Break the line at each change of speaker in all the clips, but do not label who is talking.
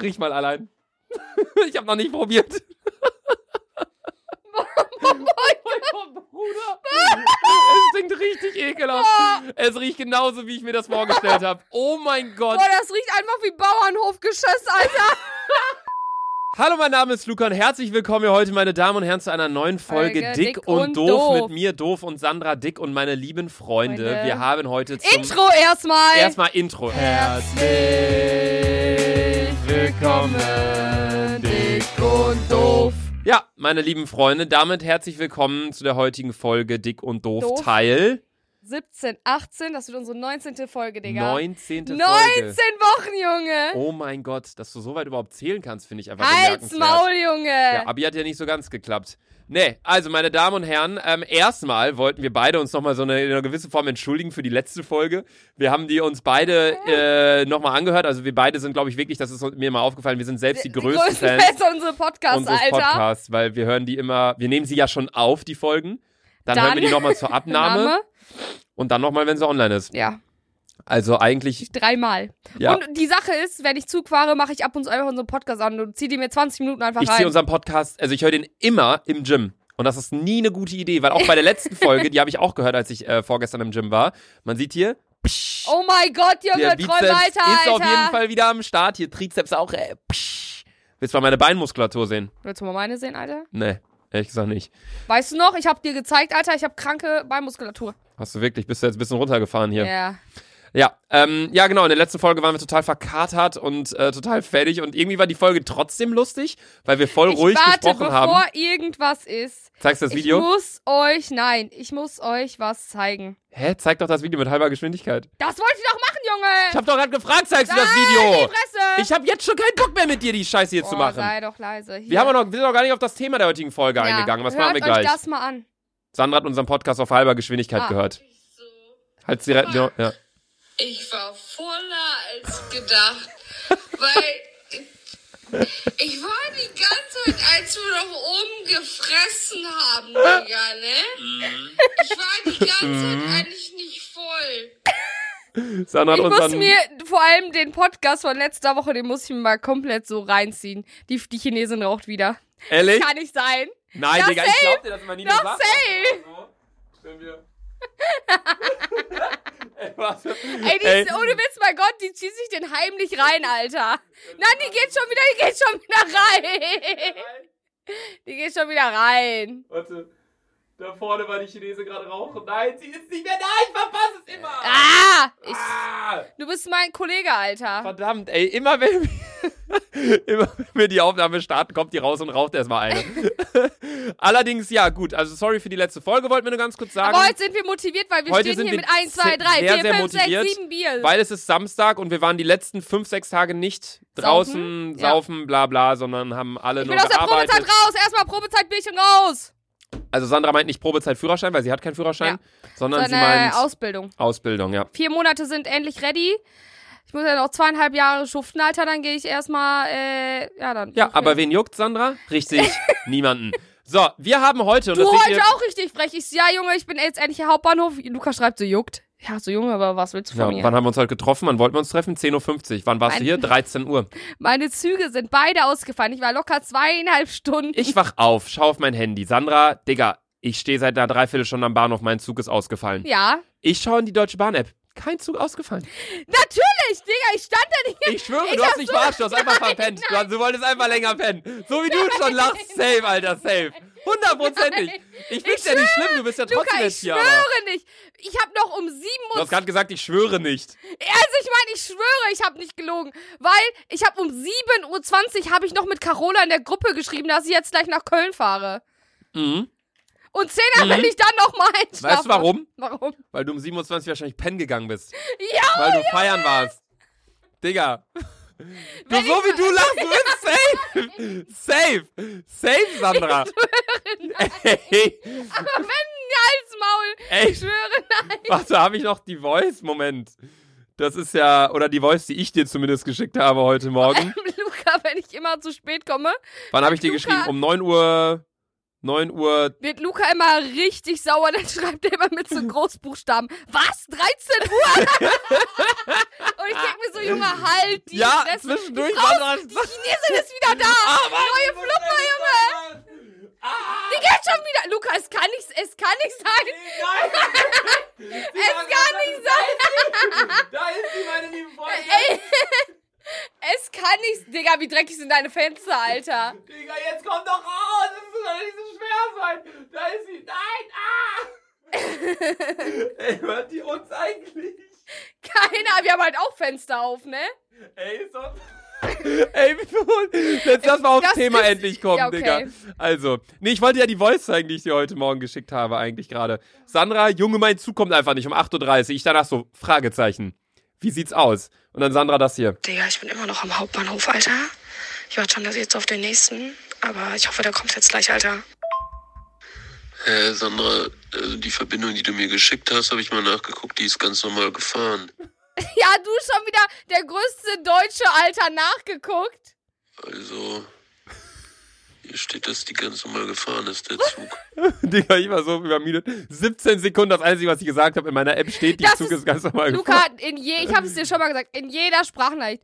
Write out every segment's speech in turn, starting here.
Riech mal allein. ich habe noch nicht probiert. Bruder. es stinkt richtig ekelhaft. Es riecht genauso, wie ich mir das vorgestellt habe. Oh mein Gott.
Boah, das riecht einfach wie Bauernhofgeschoss, Alter.
Hallo, mein Name ist Luca und herzlich willkommen hier heute, meine Damen und Herren, zu einer neuen Folge
Folge
Dick,
Dick
und,
und
doof,
Doof.
mit mir, Doof und Sandra Dick und meine lieben Freunde.
Freunde.
Wir haben heute zum
Intro erstmal.
erstmal Intro.
Herzlich willkommen, dick und doof.
Ja, meine lieben Freunde, damit herzlich willkommen zu der heutigen Folge Dick und Doof,
Doof.
Teil
17, 18, das wird unsere 19. Folge, Digga.
19.
19
Folge.
Wochen, Junge.
Oh mein Gott, dass du so weit überhaupt zählen kannst, finde ich einfach
Halt's
bemerkenswert.
Maul, Junge.
Ja, Abi hat ja nicht so ganz geklappt. Nee, also meine Damen und Herren, ähm, erstmal wollten wir beide uns nochmal so eine, in einer gewissen Form entschuldigen für die letzte Folge. Wir haben die uns beide äh, nochmal angehört. Also wir beide sind, glaube ich, wirklich, das ist mir mal aufgefallen, wir sind selbst die, größten, Fans
Fans unseres Podcasts,
unseres
Alter.
Podcasts, weil wir hören die immer, wir nehmen sie ja schon auf, die Folgen. Dann,
Dann-
hören wir die nochmal zur Abnahme
Name?
und dann nochmal, wenn sie online ist.
Ja,
Also eigentlich,
dreimal.
ja,
Und die Sache ist, wenn ich Zug fahre, mache ich ab und zu einfach unseren Podcast an und ziehe die mir 20 Minuten einfach
ich
rein.
ziehe unseren Podcast, also ich höre den immer im Gym. Und das ist nie eine gute Idee, weil auch bei der letzten Folge, die habe ich auch gehört, als ich äh, vorgestern im Gym war, man sieht hier, psch,
oh mein Gott, Junge,
der
träum
Bizeps
weiter,
ist
Alter.
auf jeden Fall wieder am Start, hier Trizeps auch, äh, psch. Willst du mal meine Beinmuskulatur sehen?
Willst du mal meine sehen, Alter?
Nee, ehrlich gesagt nicht.
Weißt du noch, ich habe dir gezeigt, Alter, ich habe kranke Beinmuskulatur.
Hast du wirklich, bist du jetzt ein bisschen runtergefahren hier.
Ja.
Ja, ähm, ja, genau. In der letzten Folge waren wir total verkatert und äh, total fertig. Und irgendwie war die Folge trotzdem lustig, weil wir voll
Ich
ruhig
warte,
gesprochen
bevor
haben.
irgendwas ist.
Zeigst du das
Ich
Video?
muss euch, nein, ich muss euch was zeigen.
Hä? Zeig doch das Video mit halber Geschwindigkeit.
Das wollt ihr doch machen, Junge.
Ich hab doch gerade gefragt, zeigst du das
Nein,
Video?
die Fresse.
Ich hab jetzt schon keinen Bock mehr mit dir, die Scheiße hier zu
Boah,
machen.
Oh, Sei doch leise. Hier.
Wir, haben ja noch, wir sind noch gar nicht auf das Thema der heutigen Folge
Ja.
eingegangen. Was
Hört
machen wir
euch
gleich?
das mal an.
Sandra hat unseren Podcast auf halber Geschwindigkeit
Ah.
gehört. Halt sie re- ja, ja.
Ich war voller als gedacht, weil ich war die ganze Zeit, als wir noch oben gefressen haben, Digga, ne? Ich war die ganze Zeit eigentlich nicht voll.
Sandra hat
Ich muss
unseren.
mir vor allem den Podcast von letzter Woche, den muss ich mir mal komplett so reinziehen. Die, die Chinesin raucht wieder.
ehrlich?
Kann nicht sein.
Nein,
Ja,
Digga, ich
safe.
glaub dir das immer nie
Doch,
gesagt.
safe.
Ey, warte.
Ey, die
Ey.
ist, ohne Witz, mein Gott, die zieht sich den heimlich rein, Alter. Nein, die geht schon wieder, die geht schon wieder rein. Die geht schon wieder rein.
Warte. Da vorne war die Chinese gerade rauchen. Nein, sie ist nicht mehr da. Ich verpasse es immer.
Ah! Ich,
Ah!
du bist mein Kollege, Alter.
Verdammt, ey. Immer wenn, wir, immer wenn wir die Aufnahme starten, kommt die raus und raucht erstmal eine. Allerdings, ja, gut. Also, sorry für die letzte Folge, wollten wir nur ganz kurz sagen.
Aber heute sind wir motiviert, weil wir
Heute
stehen
sind
hier
wir
mit 1, 2, 3,
sehr,
4,
sehr
5, 6,
motiviert,
7 Bier.
weil es ist Samstag und wir waren die letzten fünf, sechs Tage nicht draußen,
Saufen, ja.
saufen, bla bla, sondern haben alle
ich
nur
bin aus der
gearbeitet.
Probezeit raus. Erstmal Probezeit, Bierchen raus.
Also Sandra meint nicht Probezeit Führerschein, weil sie hat keinen Führerschein, sondern sie
Seine
meint
Ausbildung.
Ausbildung, ja.
Vier Monate sind endlich ready. Ich muss ja noch zweieinhalb Jahre schuften, Alter. Dann gehe ich erstmal, äh, ja, dann.
Ja, aber wen juckt Sandra? Richtig, niemanden. So, wir haben heute und
Du
das seht
heute
ihr,
auch richtig frech. Ich, ja, Junge, ich bin jetzt endlich hier Hauptbahnhof. Luca schreibt so, juckt. Ja, so Junge, aber was willst du
ja,
von
und
mir?
wann haben wir uns heute getroffen? Wann wollten wir uns treffen? 10.50 Uhr. Wann warst du
Nein.
hier? 13 Uhr.
Meine Züge sind beide ausgefallen. Ich war locker zweieinhalb Stunden.
Ich wach auf, schau auf mein Handy. Sandra, Digga, ich stehe seit einer Dreiviertelstunde am Bahnhof, mein Zug ist ausgefallen.
ja.
Ich schaue in die Deutsche Bahn-App. Kein Zug ausgefallen.
Natürlich, Digga, ich stand da nicht.
Ich schwöre, du hast mich verarscht, du hast einfach verpennt. Du, hast- du wolltest einfach länger pennen. So wie du schon lachst, safe, Alter, safe. Hundertprozentig.
Nein.
Ich find's ja nicht schlimm, du bist ja trotzdem
Luca, ich
jetzt hier.
schwöre
Aber.
nicht. Ich habe noch um sieben
Du
Uhr.
hast gerade gesagt, ich schwöre nicht.
Also ich meine, ich schwöre, ich habe nicht gelogen. Weil ich habe um 7.20 Uhr habe ich noch mit Carola in der Gruppe geschrieben, dass ich jetzt gleich nach Köln fahre.
Mhm.
Und 10 Uhr
Mhm.
will ich dann nochmal einschlafen.
Weißt du warum?
Warum?
Weil du um 27 wahrscheinlich pennen gegangen bist.
Ja,
weil du feiern warst. Digga. Du, so
ich
wie du lachst, du bist safe. Safe. Safe, Sandra. Ey,
aber wenn, als Maul.
ey,
Ich schwöre,
warte, habe ich noch die Voice? Moment. Das ist ja, oder die Voice, die ich dir zumindest geschickt habe heute Morgen.
Luca, wenn ich immer zu spät komme.
Wann habe ich dir
Luca.
geschrieben? Um 9 Uhr 9 Uhr.
Wird Luca immer richtig sauer, dann schreibt er immer mit so Großbuchstaben. Was? 13 Uhr? Und ich denke mir so, Junge, halt die
ja,
Fresse.
zwischendurch Ah,
Raus,
war
die
das.
Chinesin ist wieder da. Neue Flupper, Junge. Die geht schon wieder. Luca, es kann nicht, es kann nicht sein. Es kann nicht sein.
Da ist sie, meine lieben Freunde.
Ey. Es kann nicht. Digga, wie dreckig sind deine Fenster, Alter.
Digga, jetzt komm doch raus! Das soll doch nicht so schwer sein! Da ist sie! Nein! Ah! Ey, hört die uns eigentlich?
Keiner, wir haben halt auch Fenster auf, ne?
Ey, ist doch. Ey, wie verrückt. Jetzt lass mal aufs
Das
Thema
ist-
endlich kommen,
ja, okay.
Digga. Also, nee, ich wollte ja die Voice zeigen, die ich dir heute Morgen geschickt habe, eigentlich gerade. Sandra, Junge, mein Zug kommt einfach nicht um 8.30 Uhr. Ich danach so, Fragezeichen. Wie sieht's aus? Und dann Sandra das hier.
Digga, ich bin immer noch am Hauptbahnhof, Alter. Ich warte schon jetzt auf den nächsten, aber ich hoffe, der kommt jetzt gleich, Alter.
Hä, Sandra, äh, die Verbindung, die du mir geschickt hast, habe ich mal nachgeguckt, die ist ganz normal gefahren.
Ja, du schon wieder der größte Deutsche, Alter, nachgeguckt.
Also, hier steht, dass die ganz normal gefahren ist, der Zug.
Digga, ich war so übermüdet. 17 Sekunden, das einzige, was ich gesagt habe. In meiner App steht, die
Das
Zug
ist-
ist ganz normal
Luca, in je, ich habe es dir schon mal gesagt, in jeder Sprachnachricht.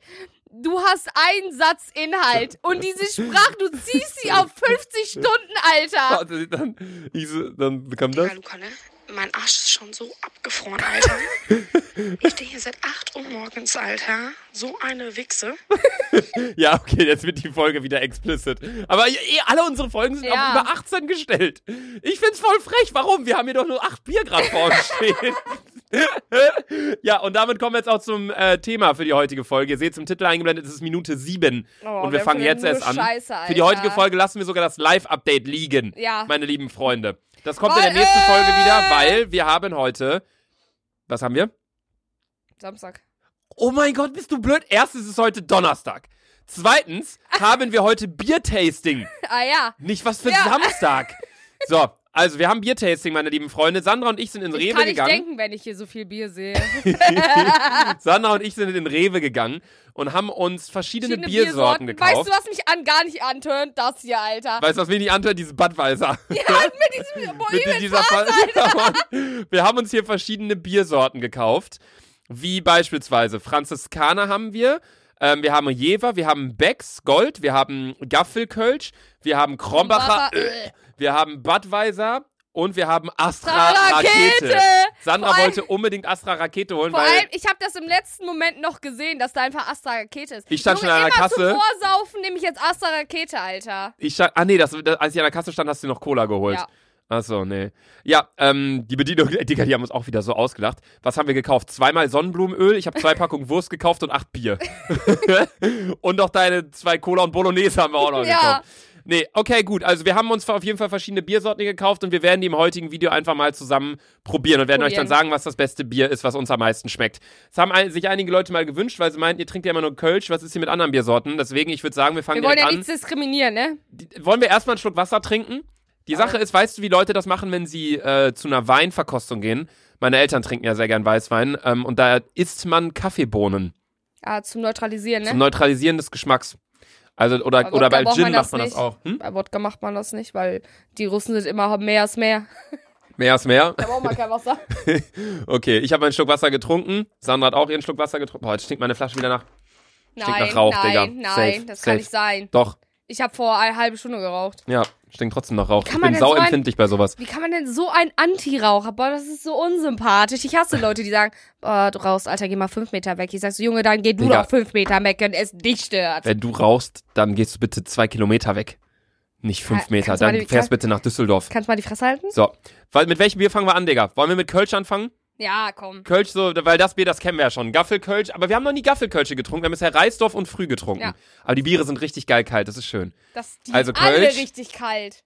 Du hast einen Satz Inhalt und diese Sprache, du ziehst sie auf 50 Stunden, Alter.
Warte, dann, ich so, dann kam das.
Digga, Luca, ne? Mein Arsch ist schon so abgefroren, Alter. Ich stehe hier seit 8 Uhr morgens, Alter. So eine Wichse.
Ja, okay, jetzt wird die Folge wieder explicit. Aber eh, eh, alle unsere Folgen sind
Ja.
auf über 18 gestellt. Ich find's voll frech. Warum? Wir haben hier doch nur 8 Bier gerade vor uns stehen. ja, und damit kommen wir jetzt auch zum äh, Thema für die heutige Folge. Ihr seht es im Titel eingeblendet, es ist Minute 7.
Oh,
und
wir
wir
haben
fangen
schon
jetzt
wieder
erst
nur
an.
Scheiße,
für die
Alter.
heutige Folge lassen wir sogar das Live-Update liegen.
Ja.
Meine lieben Freunde. Das kommt in der
Weil,
nächsten
äh,
Folge wieder, weil wir haben heute. Was haben wir?
Samstag.
Oh mein Gott, bist du blöd? Erstens ist heute Donnerstag. Zweitens haben wir heute Biertasting.
Ah ja.
Nicht was für
Ja.
Samstag. So, also wir haben Biertasting, meine lieben Freunde. Sandra und ich sind in
Ich
Rewe
kann nicht
gegangen.
denken, wenn ich hier so viel Bier sehe.
Sandra und ich sind in Rewe gegangen und haben uns verschiedene,
Verschiedene
Biersorten,
Weißt
gekauft.
du, was mich an gar nicht antönt? Das hier, Alter.
Weißt du, was mich nicht antört? Dieses Budweiser.
Ja, mit diesem Boah,
mit
mit
dieser Fall. Wir haben uns hier verschiedene Biersorten gekauft, wie beispielsweise Franziskaner haben wir, ähm, wir haben Jever, wir haben Becks Gold, wir haben Gaffelkölsch, wir haben Krombacher,
Krombacher, äh.
wir haben Budweiser und wir haben Astra
Astra Rakete.
Rakete. Sandra
Vor allem-
wollte unbedingt Astra Rakete holen,
Vor
weil
allem, ich habe das im letzten Moment noch gesehen, dass da einfach Astra Rakete ist.
Ich stand
Junge,
schon an der
immer
Kasse.
Zum Vorsaufen nehme ich jetzt Astra Rakete, Alter.
ich sta- ah nee, das, das, als ich an der Kasse stand, hast du noch Cola geholt.
Ja.
Achso, nee. Ja, ähm, die Bedienung, Digga, die haben uns auch wieder so ausgelacht. Was haben wir gekauft? Zweimal Sonnenblumenöl, ich habe zwei Packungen Wurst gekauft und acht Bier. und noch deine zwei Cola und Bolognese haben wir auch noch
Ja.
gekauft. Nee, okay, gut. Also wir haben uns auf jeden Fall verschiedene Biersorten gekauft und wir werden die im heutigen Video einfach mal zusammen probieren und werden euch dann
Probieren.
sagen, was das beste Bier ist, was uns am meisten schmeckt. Das haben ein, sich einige Leute mal gewünscht, weil sie meinten, ihr trinkt ja immer nur Kölsch, was ist hier mit anderen Biersorten? Deswegen, ich würde sagen, wir fangen
Wir wollen
direkt
ja
an.
nichts diskriminieren, ne?
Die- Wollen wir erstmal einen Schluck Wasser trinken? Die Sache ist, weißt du, wie Leute das machen, wenn sie äh, zu einer Weinverkostung gehen? Meine Eltern trinken ja sehr gern Weißwein. Ähm, und da isst man Kaffeebohnen
Ah, zum Neutralisieren, ne?
zum Neutralisieren des Geschmacks. Also, oder,
Aber
oder
Wodka
bei
braucht
Gin
man
macht
das
man das
nicht.
auch. Hm?
Bei Wodka macht man das nicht, weil die Russen sind immer haben mehr ist mehr.
Mehr ist mehr.
Da braucht man kein Wasser.
Okay, ich habe meinen Schluck Wasser getrunken. Sandra hat auch ihren Schluck Wasser getrunken. Boah, jetzt stinkt meine Flasche wieder nach. Stinkt
Nein,
nach Rauch,
nein,
Digga.
nein,
Safe,
das
safe.
kann nicht sein.
Doch,
Ich habe vor einer halben Stunde geraucht.
ja, stinkt trotzdem nach Rauch.
Kann
Ich
man
bin
denn so ein-
sauempfindlich bei sowas.
Wie kann man denn so ein Anti-Raucher? Boah, das ist so unsympathisch. Ich hasse Leute, die sagen, boah, du rauchst, Alter, geh mal fünf Meter weg. Ich sag so, Junge, dann geh du
Digga.
doch fünf Meter weg und es dich stört.
Wenn du rauchst, dann gehst du bitte zwei Kilometer weg. Nicht fünf
Äh, Kannst
Meter.
du mal
Dann
die-
fährst bitte nach Düsseldorf.
Kannst du mal die Fresse halten?
So, weil, mit welchem Bier fangen wir an, Digga? Wollen wir mit Kölsch anfangen?
Ja, komm.
Kölsch, so, weil das Bier, das kennen wir ja schon. Gaffelkölsch, aber wir haben noch nie Gaffelkölsche getrunken. Wir haben bisher Reisdorf und Früh getrunken.
Ja.
Aber die Biere sind richtig geil kalt, das ist schön.
Das die
Also
alle
Kölsch.
richtig kalt.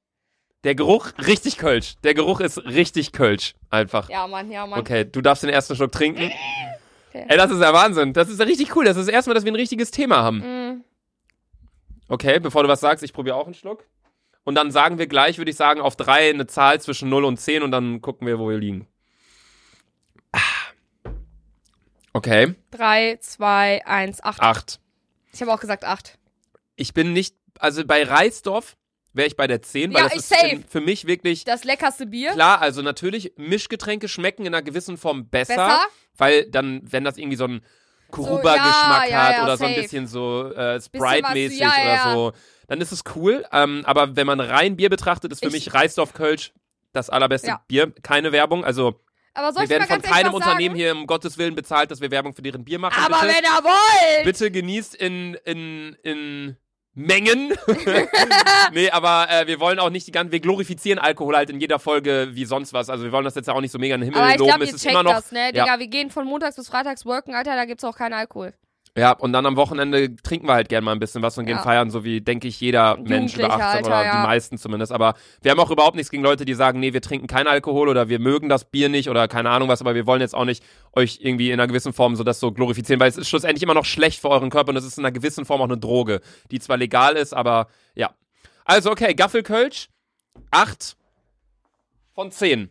Der Geruch, richtig Kölsch. Der Geruch ist richtig Kölsch, einfach.
Ja, Mann, ja, Mann.
Okay, du darfst den ersten Schluck trinken.
Okay.
Ey, das ist ja Wahnsinn. Das ist ja richtig cool. Das ist das erste Mal, dass wir ein richtiges Thema haben.
Mm.
Okay, bevor du was sagst, ich probiere auch einen Schluck. Und dann sagen wir gleich, würde ich sagen, auf drei eine Zahl zwischen 0 und 10 und dann gucken wir, wo wir liegen. Ah. Okay,
Drei, zwei,
Ah.
eins, acht.
acht.
Ich habe auch gesagt acht.
Ich bin nicht, also bei Reisdorf wäre ich bei der 10,
Ja,
weil das
ich
ist
safe.
für- für mich wirklich
Das leckerste Bier.
Klar, also natürlich, Mischgetränke schmecken in einer gewissen Form besser,
Besser?
weil dann, wenn das irgendwie so ein
So, ja,
Kuruba-Geschmack
ja,
hat
ja,
oder so ein
safe.
bisschen so äh,
was
Sprite-mäßig
du- ja,
oder
ja.
so, dann ist es cool. Ähm, aber wenn man rein Bier betrachtet, ist für
Ich-
mich Reisdorf-Kölsch das allerbeste
Ja.
Bier. Keine Werbung. Also,
Aber soll
wir
ich dir
werden
mal
von
ganz
keinem
ehrlich was
Unternehmen
sagen?
hier um Gottes Willen bezahlt, dass wir Werbung für deren Bier machen.
Aber
bitte.
wenn er wollt!
bitte genießt in, in, in Mengen. nee, aber äh, wir wollen auch nicht die ganze, wir glorifizieren Alkohol halt in jeder Folge wie sonst was. Also wir wollen das jetzt auch nicht so mega in den Himmel
Aber ich
loben.
glaube,
es
ihr
ist
checkt
immer noch.
das, ne? Digga, wir gehen von montags bis freitags worken, Alter, da gibt's auch keinen Alkohol.
Ja, und dann am Wochenende trinken wir halt gerne mal ein bisschen was und gehen
Ja.
feiern, so wie, denke ich, jeder Mensch über 18
Alter,
oder
ja.
die meisten zumindest. Aber wir haben auch überhaupt nichts gegen Leute, die sagen, nee, wir trinken keinen Alkohol oder wir mögen das Bier nicht oder keine Ahnung was, aber wir wollen jetzt auch nicht euch irgendwie in einer gewissen Form so das so glorifizieren, weil es ist schlussendlich immer noch schlecht für euren Körper und es ist in einer gewissen Form auch eine Droge, die zwar legal ist, aber ja. Also, okay, Gaffelkölsch, 8 von 10.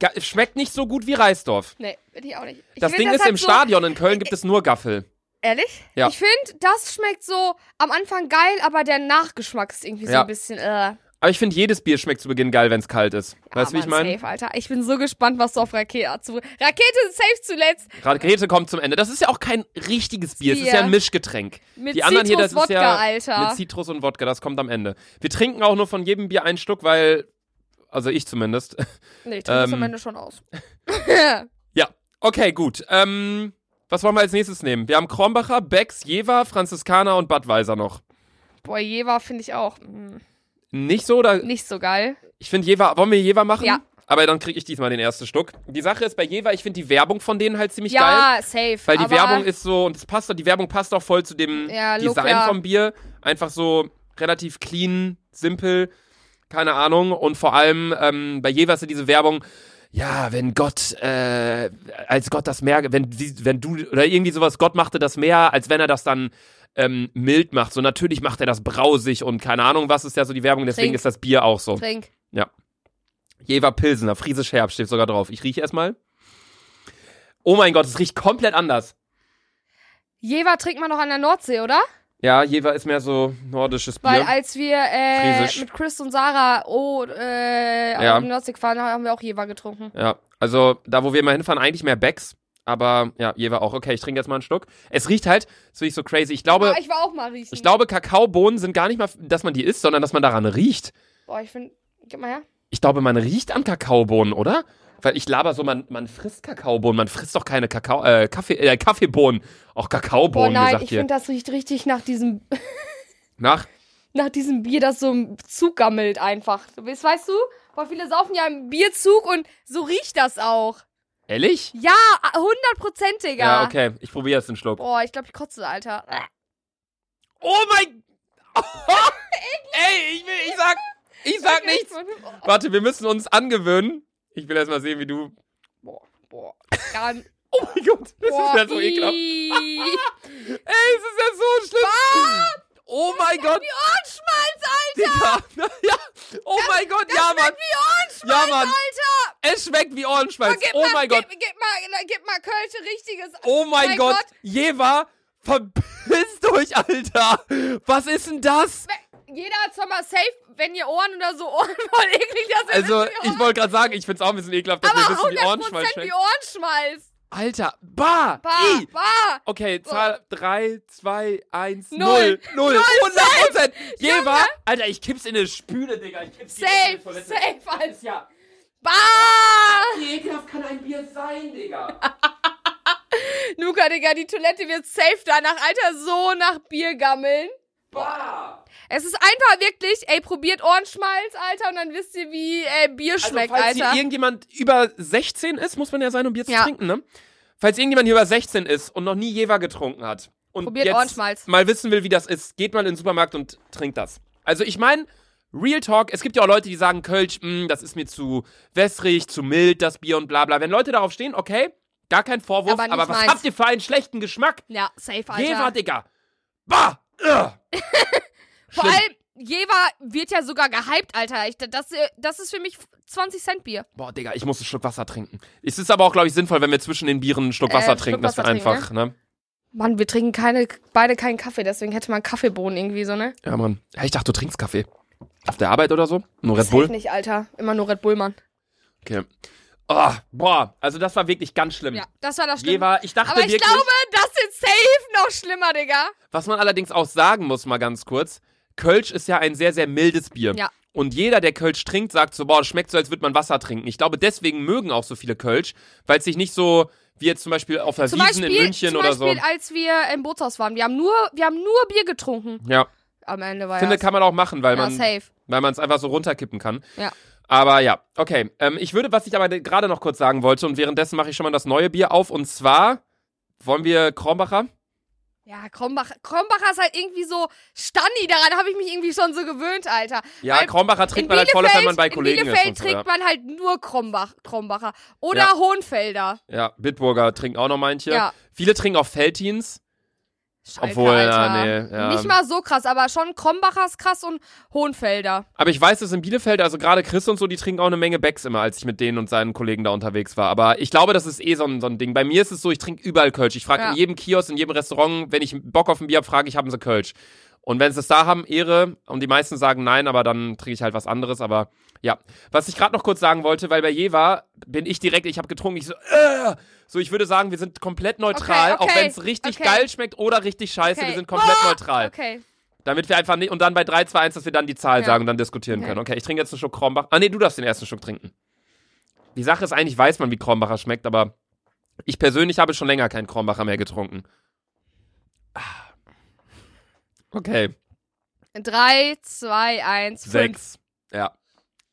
Ga schmeckt nicht so gut wie Reisdorf.
Nee, bin ich auch nicht. Ich
Das
find,
Ding ist,
hat
im
so,
Stadion in Köln gibt es nur Gaffel.
Ehrlich?
Ja.
Ich finde, das schmeckt so am Anfang geil, aber der Nachgeschmack ist irgendwie so
Ja.
ein bisschen, äh.
Aber ich finde, jedes Bier schmeckt zu Beginn geil, wenn es kalt ist. weißt du, wie ich
aber
meine?
Safe, Alter. Ich bin so gespannt, was du auf Rakete zu. Rakete safe zuletzt.
Rakete kommt zum Ende. Das ist ja auch kein richtiges Bier, es ist
Bier.
ja ein Mischgetränk.
Mit
Die anderen hier, das
Zitrus,
ist ja
Wodka, Alter.
mit Zitrus und Wodka, das kommt am Ende. Wir trinken auch nur von jedem Bier ein Stück, weil, also ich zumindest.
Nee, ich trinke das
Ähm.
am Ende schon aus.
ja, okay, gut. Ähm, was wollen wir als nächstes nehmen? Wir haben Kronbacher, Becks, Jever, Franziskaner und Budweiser noch.
Boah, Jever finde ich auch mm,
Nicht so oder
nicht so geil.
Ich finde Jever, wollen wir Jever machen?
Ja.
Aber dann kriege ich diesmal den ersten Schluck. Die Sache ist bei Jever, ich finde die Werbung von denen halt ziemlich geil.
ja, safe.
Weil die
aber
Werbung ist so, und es passt doch, die Werbung passt auch voll zu dem
Ja, look,
Design
ja.
vom Bier. Einfach so relativ clean, simpel, keine Ahnung. Und vor allem ähm, bei Jever ist ja diese Werbung, ja, wenn Gott, äh, als Gott das Meer, wenn, sie- wenn du, oder irgendwie sowas, Gott machte das Meer, als wenn er das dann ähm, mild macht. So natürlich macht er das brausig und keine Ahnung, was ist ja so die Werbung, deswegen
Trink.
ist das Bier auch so.
Trink.
Ja. Jever Pilsener, Friesisch Herbst steht sogar drauf. Ich rieche erstmal. Oh mein Gott, es riecht komplett anders.
Jever trinkt man noch an der Nordsee, oder?
Ja, Jever ist mehr so nordisches Bier.
Weil als wir äh,
Friesisch.
mit Chris und Sarah oh, äh,
Ja.
auf die Nordsee gefahren haben, haben wir auch Jever getrunken.
ja, also da, wo wir immer hinfahren, eigentlich mehr Becks. Aber ja, Jever auch. Okay, ich trinke jetzt mal einen Schluck. Es riecht halt, das finde ich so crazy. Ich glaube,
Aber Ah, ich war auch mal riechen.
ich glaube, Kakaobohnen sind gar nicht mal, dass man die isst, sondern dass man daran riecht.
Boah, ich finde. Gib mal her.
Ich glaube, man riecht an Kakaobohnen, oder? Weil ich laber so, man, man frisst Kakaobohnen, man frisst doch keine Kakao, äh, Kaffee, äh, Kaffeebohnen. Auch
Boah,
Kakaobohnen,
Oh nein,
gesagt
ich
hier.
finde, das riecht richtig nach diesem,
Nach
nach diesem Bier, das so im Zug gammelt einfach. Du weißt- Weißt du? Boah, viele saufen ja im Bierzug und so riecht das auch.
Ehrlich?
Ja, hundertprozentiger.
Ja, okay. Ich probiere jetzt den Schluck. Oh,
Boah, ich glaube, ich kotze, Alter.
mein. Ey, ich will, ich sag, ich sag nichts. Warte, wir müssen uns angewöhnen. Ich will erst mal sehen, wie du.
Boah, boah. Ja,
Oh mein Gott, das
boah,
ist ja so ekelhaft.
ii.
Ey, es ist ja so schlimm. Oh mein Gott. Wie Ohrenschmalz, Alter. Digga. Ja. Oh mein Gott, ja, Mann.
Wie
Ja, Mann.
Alter!
Es schmeckt wie Ohrenschmalz.
Gib
Oh
mal,
mein Gott.
Gib, gib mal, gib mal Kölsche richtiges.
Oh mein
mein
Gott.
Gott.
Jeva, verpisst euch, Alter. Was ist denn das?
Jeder hat zwar mal safe, wenn ihr Ohren oder so Ohren voll eklig, das ist
Also,
wie Ohren-
ich wollte gerade sagen, ich find's auch ein bisschen ekelhaft, dass wir
aber
wissen, wie
100%
Ohrenschmalz schmeckt.
wie Ohrenschmalz.
Alter, bah!
Bah,
I.
bah.
Okay, Zahl 3, 2, 1,
Null.
0, 0, 100 Jeva! Alter, ich kipp's in eine Spüle, Digga. Ich kipp's direkt in
Safe,
die Toilette.
safe, Alter.
Ja,
Bah!
wie ekelhaft kann ein Bier sein, Digga?
Luca, Digga, die Toilette wird safe danach, Alter, so nach Bier gammeln.
Bah!
Es ist einfach wirklich, ey, probiert Ohrenschmalz, Alter, und dann wisst ihr, wie äh, Bier schmeckt,
also, falls
Alter.
hier irgendjemand über 16 ist, muss man ja sein, um Bier zu
Ja.
trinken, ne? Falls irgendjemand hier über 16 ist und noch nie Jeva getrunken hat und
Probiert
jetzt
Ohrenschmalz.
mal wissen will, wie das ist, geht mal in den Supermarkt und trinkt das. Also ich meine, Real Talk, es gibt ja auch Leute, die sagen, Kölsch, mh, das ist mir zu wässrig, zu mild, das Bier und bla bla. Wenn Leute darauf stehen, okay, gar kein Vorwurf,
Aber nicht
aber, was
meins.
habt ihr für einen schlechten Geschmack?
Ja, safe, Alter.
Jeva, Digga. Bah! Ugh.
Vor
Schlimm.
allem, Jever wird ja sogar gehypt, Alter. Ich, das, äh, das ist für mich 20 Cent Bier.
Boah, Digga, ich muss einen Schluck Wasser trinken. Es ist aber auch, glaube ich, sinnvoll, wenn wir zwischen den Bieren einen Schluck
Äh,
Wasser
Schluck
trinken, dass wir
Wasser trinken,
einfach, ne?
Mann, wir trinken keine, beide keinen Kaffee, deswegen hätte man Kaffeebohnen irgendwie so, ne?
Ja, Mann. Ja, ich dachte, du trinkst Kaffee. Auf der Arbeit oder so? Nur Red Bull?
nicht, Alter. Immer nur Red Bull, Mann.
Okay. Oh, boah, also das war wirklich ganz schlimm.
Ja, das war das
Je
Schlimme.
war, ich dachte
Aber ich
wirklich,
glaube, das ist safe noch schlimmer, Digga.
was man allerdings auch sagen muss, mal ganz kurz, Kölsch ist ja ein sehr, sehr mildes Bier.
Ja.
Und jeder, der Kölsch trinkt, sagt so, boah, das schmeckt so, als würde man Wasser trinken. Ich glaube, deswegen mögen auch so viele Kölsch, weil es sich nicht so, wie jetzt zum Beispiel auf der
Zum
Wiesen
Beispiel,
Also in München
zum
oder so.
Beispiel als wir im Bootshaus waren. Wir haben nur, wir haben nur Bier getrunken.
Ja,
Am Ende war
finde,
Oh, ja,
kann man auch machen, weil
ja
man
safe.
weil man es einfach so runterkippen kann.
Ja.
Aber ja, okay. Ähm, ich würde, was ich aber gerade noch kurz sagen wollte, und währenddessen mache ich schon mal das neue Bier auf, und zwar wollen wir Kronbacher?
Ja, Krombacher, Krombacher ist halt irgendwie so Stanni, daran habe ich mich irgendwie schon so gewöhnt, Alter.
Ja,
Weil
Kronbacher
In
trinkt man halt voll, wenn man bei
in
Kollegen ist.
Bielefeld
und so,
trinkt man halt nur Krombach, Krombacher. Oder
Ja.
Hohenfelder.
ja. ja, Bitburger trinken auch noch manche.
Ja.
Viele trinken auch Feltins.
Schalke,
Obwohl, ja,
Alter.
nee, ja.
Nicht mal so krass, aber schon Krombacher ist krass und Hohenfelder.
Aber ich weiß, dass in Bielefeld, also gerade Chris und so, die trinken auch eine Menge Becks immer, als ich mit denen und seinen Kollegen da unterwegs war. Aber ich glaube, das ist eh so ein, so ein Ding. Bei mir ist es so, ich trinke überall Kölsch. Ich frage
Ja.
in jedem Kiosk, in jedem Restaurant, wenn ich Bock auf ein Bier habe, frage ich, haben sie Kölsch. Und wenn sie es da haben, Ehre. Und die meisten sagen nein, aber dann trinke ich halt was anderes. Aber ja, was ich gerade noch kurz sagen wollte, weil bei Jeva bin ich direkt, ich habe getrunken, ich so, äh, so ich würde sagen, wir sind komplett neutral,
Okay, okay,
auch wenn es richtig
okay.
geil schmeckt oder richtig scheiße,
Okay. Ah!
wir sind komplett neutral.
Okay.
Damit wir einfach nicht. Und dann bei 3, 2, 1, dass wir dann die Zahl
Ja.
sagen und dann diskutieren
Okay.
können. Okay, ich trinke jetzt einen Schluck Krombach. Ah, nee, du darfst den ersten Schluck trinken. Die Sache ist, eigentlich weiß man, wie Krombacher schmeckt, aber ich persönlich habe schon länger keinen Krombacher mehr getrunken. Ah. Okay,
Drei, zwei, eins, fünf.
sechs. Ja,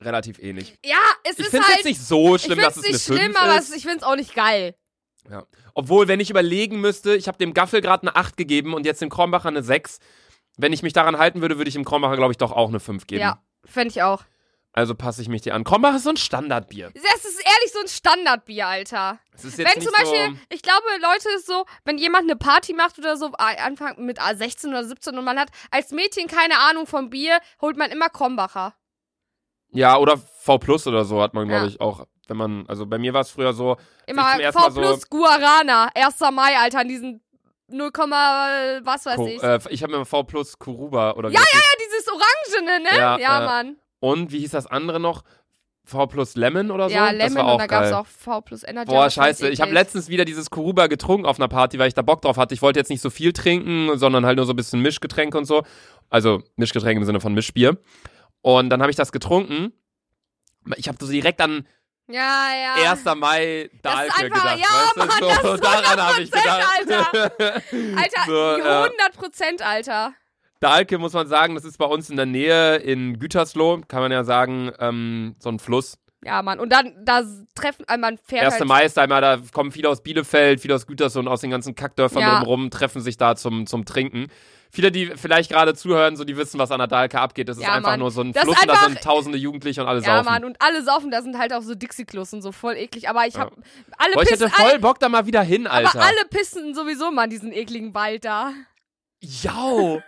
relativ ähnlich.
Ja, es
Ich
ist
finde es
halt.
jetzt nicht so schlimm,
ich
dass
find's
es eine
nicht schlimm,
5
aber
ist.
es- ich find's auch nicht geil.
Obwohl, wenn ich überlegen müsste, ich habe dem Gaffel gerade eine 8 gegeben und jetzt dem Krombacher eine 6. Wenn ich mich daran halten würde, würde ich dem Krombacher, glaube ich, doch auch eine 5 geben.
Ja, fänd ich auch.
Also passe ich mich dir an. Krombach ist so ein Standardbier.
Das ist ehrlich so ein Standardbier, Alter.
Es ist jetzt
Wenn
nicht
zum Beispiel,
so,
ich glaube, Leute ist so, wenn jemand eine Party macht oder so, ah, Anfang mit ah, 16 oder 17 und man hat als Mädchen keine Ahnung vom Bier, holt man immer Krombacher.
ja, oder V Plus oder so hat man, glaube
Ja.
ich, auch. Wenn man, also bei mir war es früher so, Ich
Immer
zum ersten
V
Mal so-
plus Guarana, 1. Mai, Alter, an diesen 0, äh, was weiß
Ko-
ich.
äh, ich habe mir V Plus Kuruba oder wie ja, ja,
ja, dieses Orangene, ne?
Ja,
Ja,
äh,
Mann.
Und wie hieß das andere noch? V Plus Lemon oder so?
Ja,
Also, das war
Lemon
auch
und da gab's
geil.
auch V plus Energy.
Boah,
aber schon
scheiße. Ich habe
eklig.
letztens wieder dieses Kuruba getrunken auf einer Party, weil ich da Bock drauf hatte. Ich wollte jetzt nicht so viel trinken, sondern halt nur so ein bisschen Mischgetränk und so. Also Mischgetränk im Sinne von Mischbier. Und dann habe ich das getrunken. Ich habe so direkt an
Ja, ja.
1. Mai
Das ist
Dahlke
einfach-
gedacht.
ja, Mann,
weißt du?
das
so,
ist
daran habe ich
100%,
gedacht.
Alter,
so, äh,
100 Prozent, Alter.
Dahlke muss man sagen, das ist bei uns in der Nähe in Gütersloh, kann man ja sagen, ähm, so ein Fluss.
Ja, Mann. Und dann, da treffen, äh, man fährt
1.
halt
Mai ist da immer, da kommen viele aus Bielefeld, viele aus Gütersloh und aus den ganzen Kackdörfern
Ja.
drumherum, treffen sich da zum, zum Trinken. Viele, die vielleicht gerade zuhören, so die wissen, was an der Dahlke abgeht. Das ist
Ja,
einfach
Mann.
nur so ein
Das ist
Fluss und da
einfach-
sind tausende Jugendliche und alle
Ja,
saufen.
Mann, und alle saufen, da sind halt auch so Dixie-Klos und so voll eklig. Aber ich hab. Alle
Boah, ich
pissen.
hätte voll
alle,
Bock da mal wieder hin, Alter.
aber alle pissen sowieso mal in diesen ekligen Wald da.
Jau!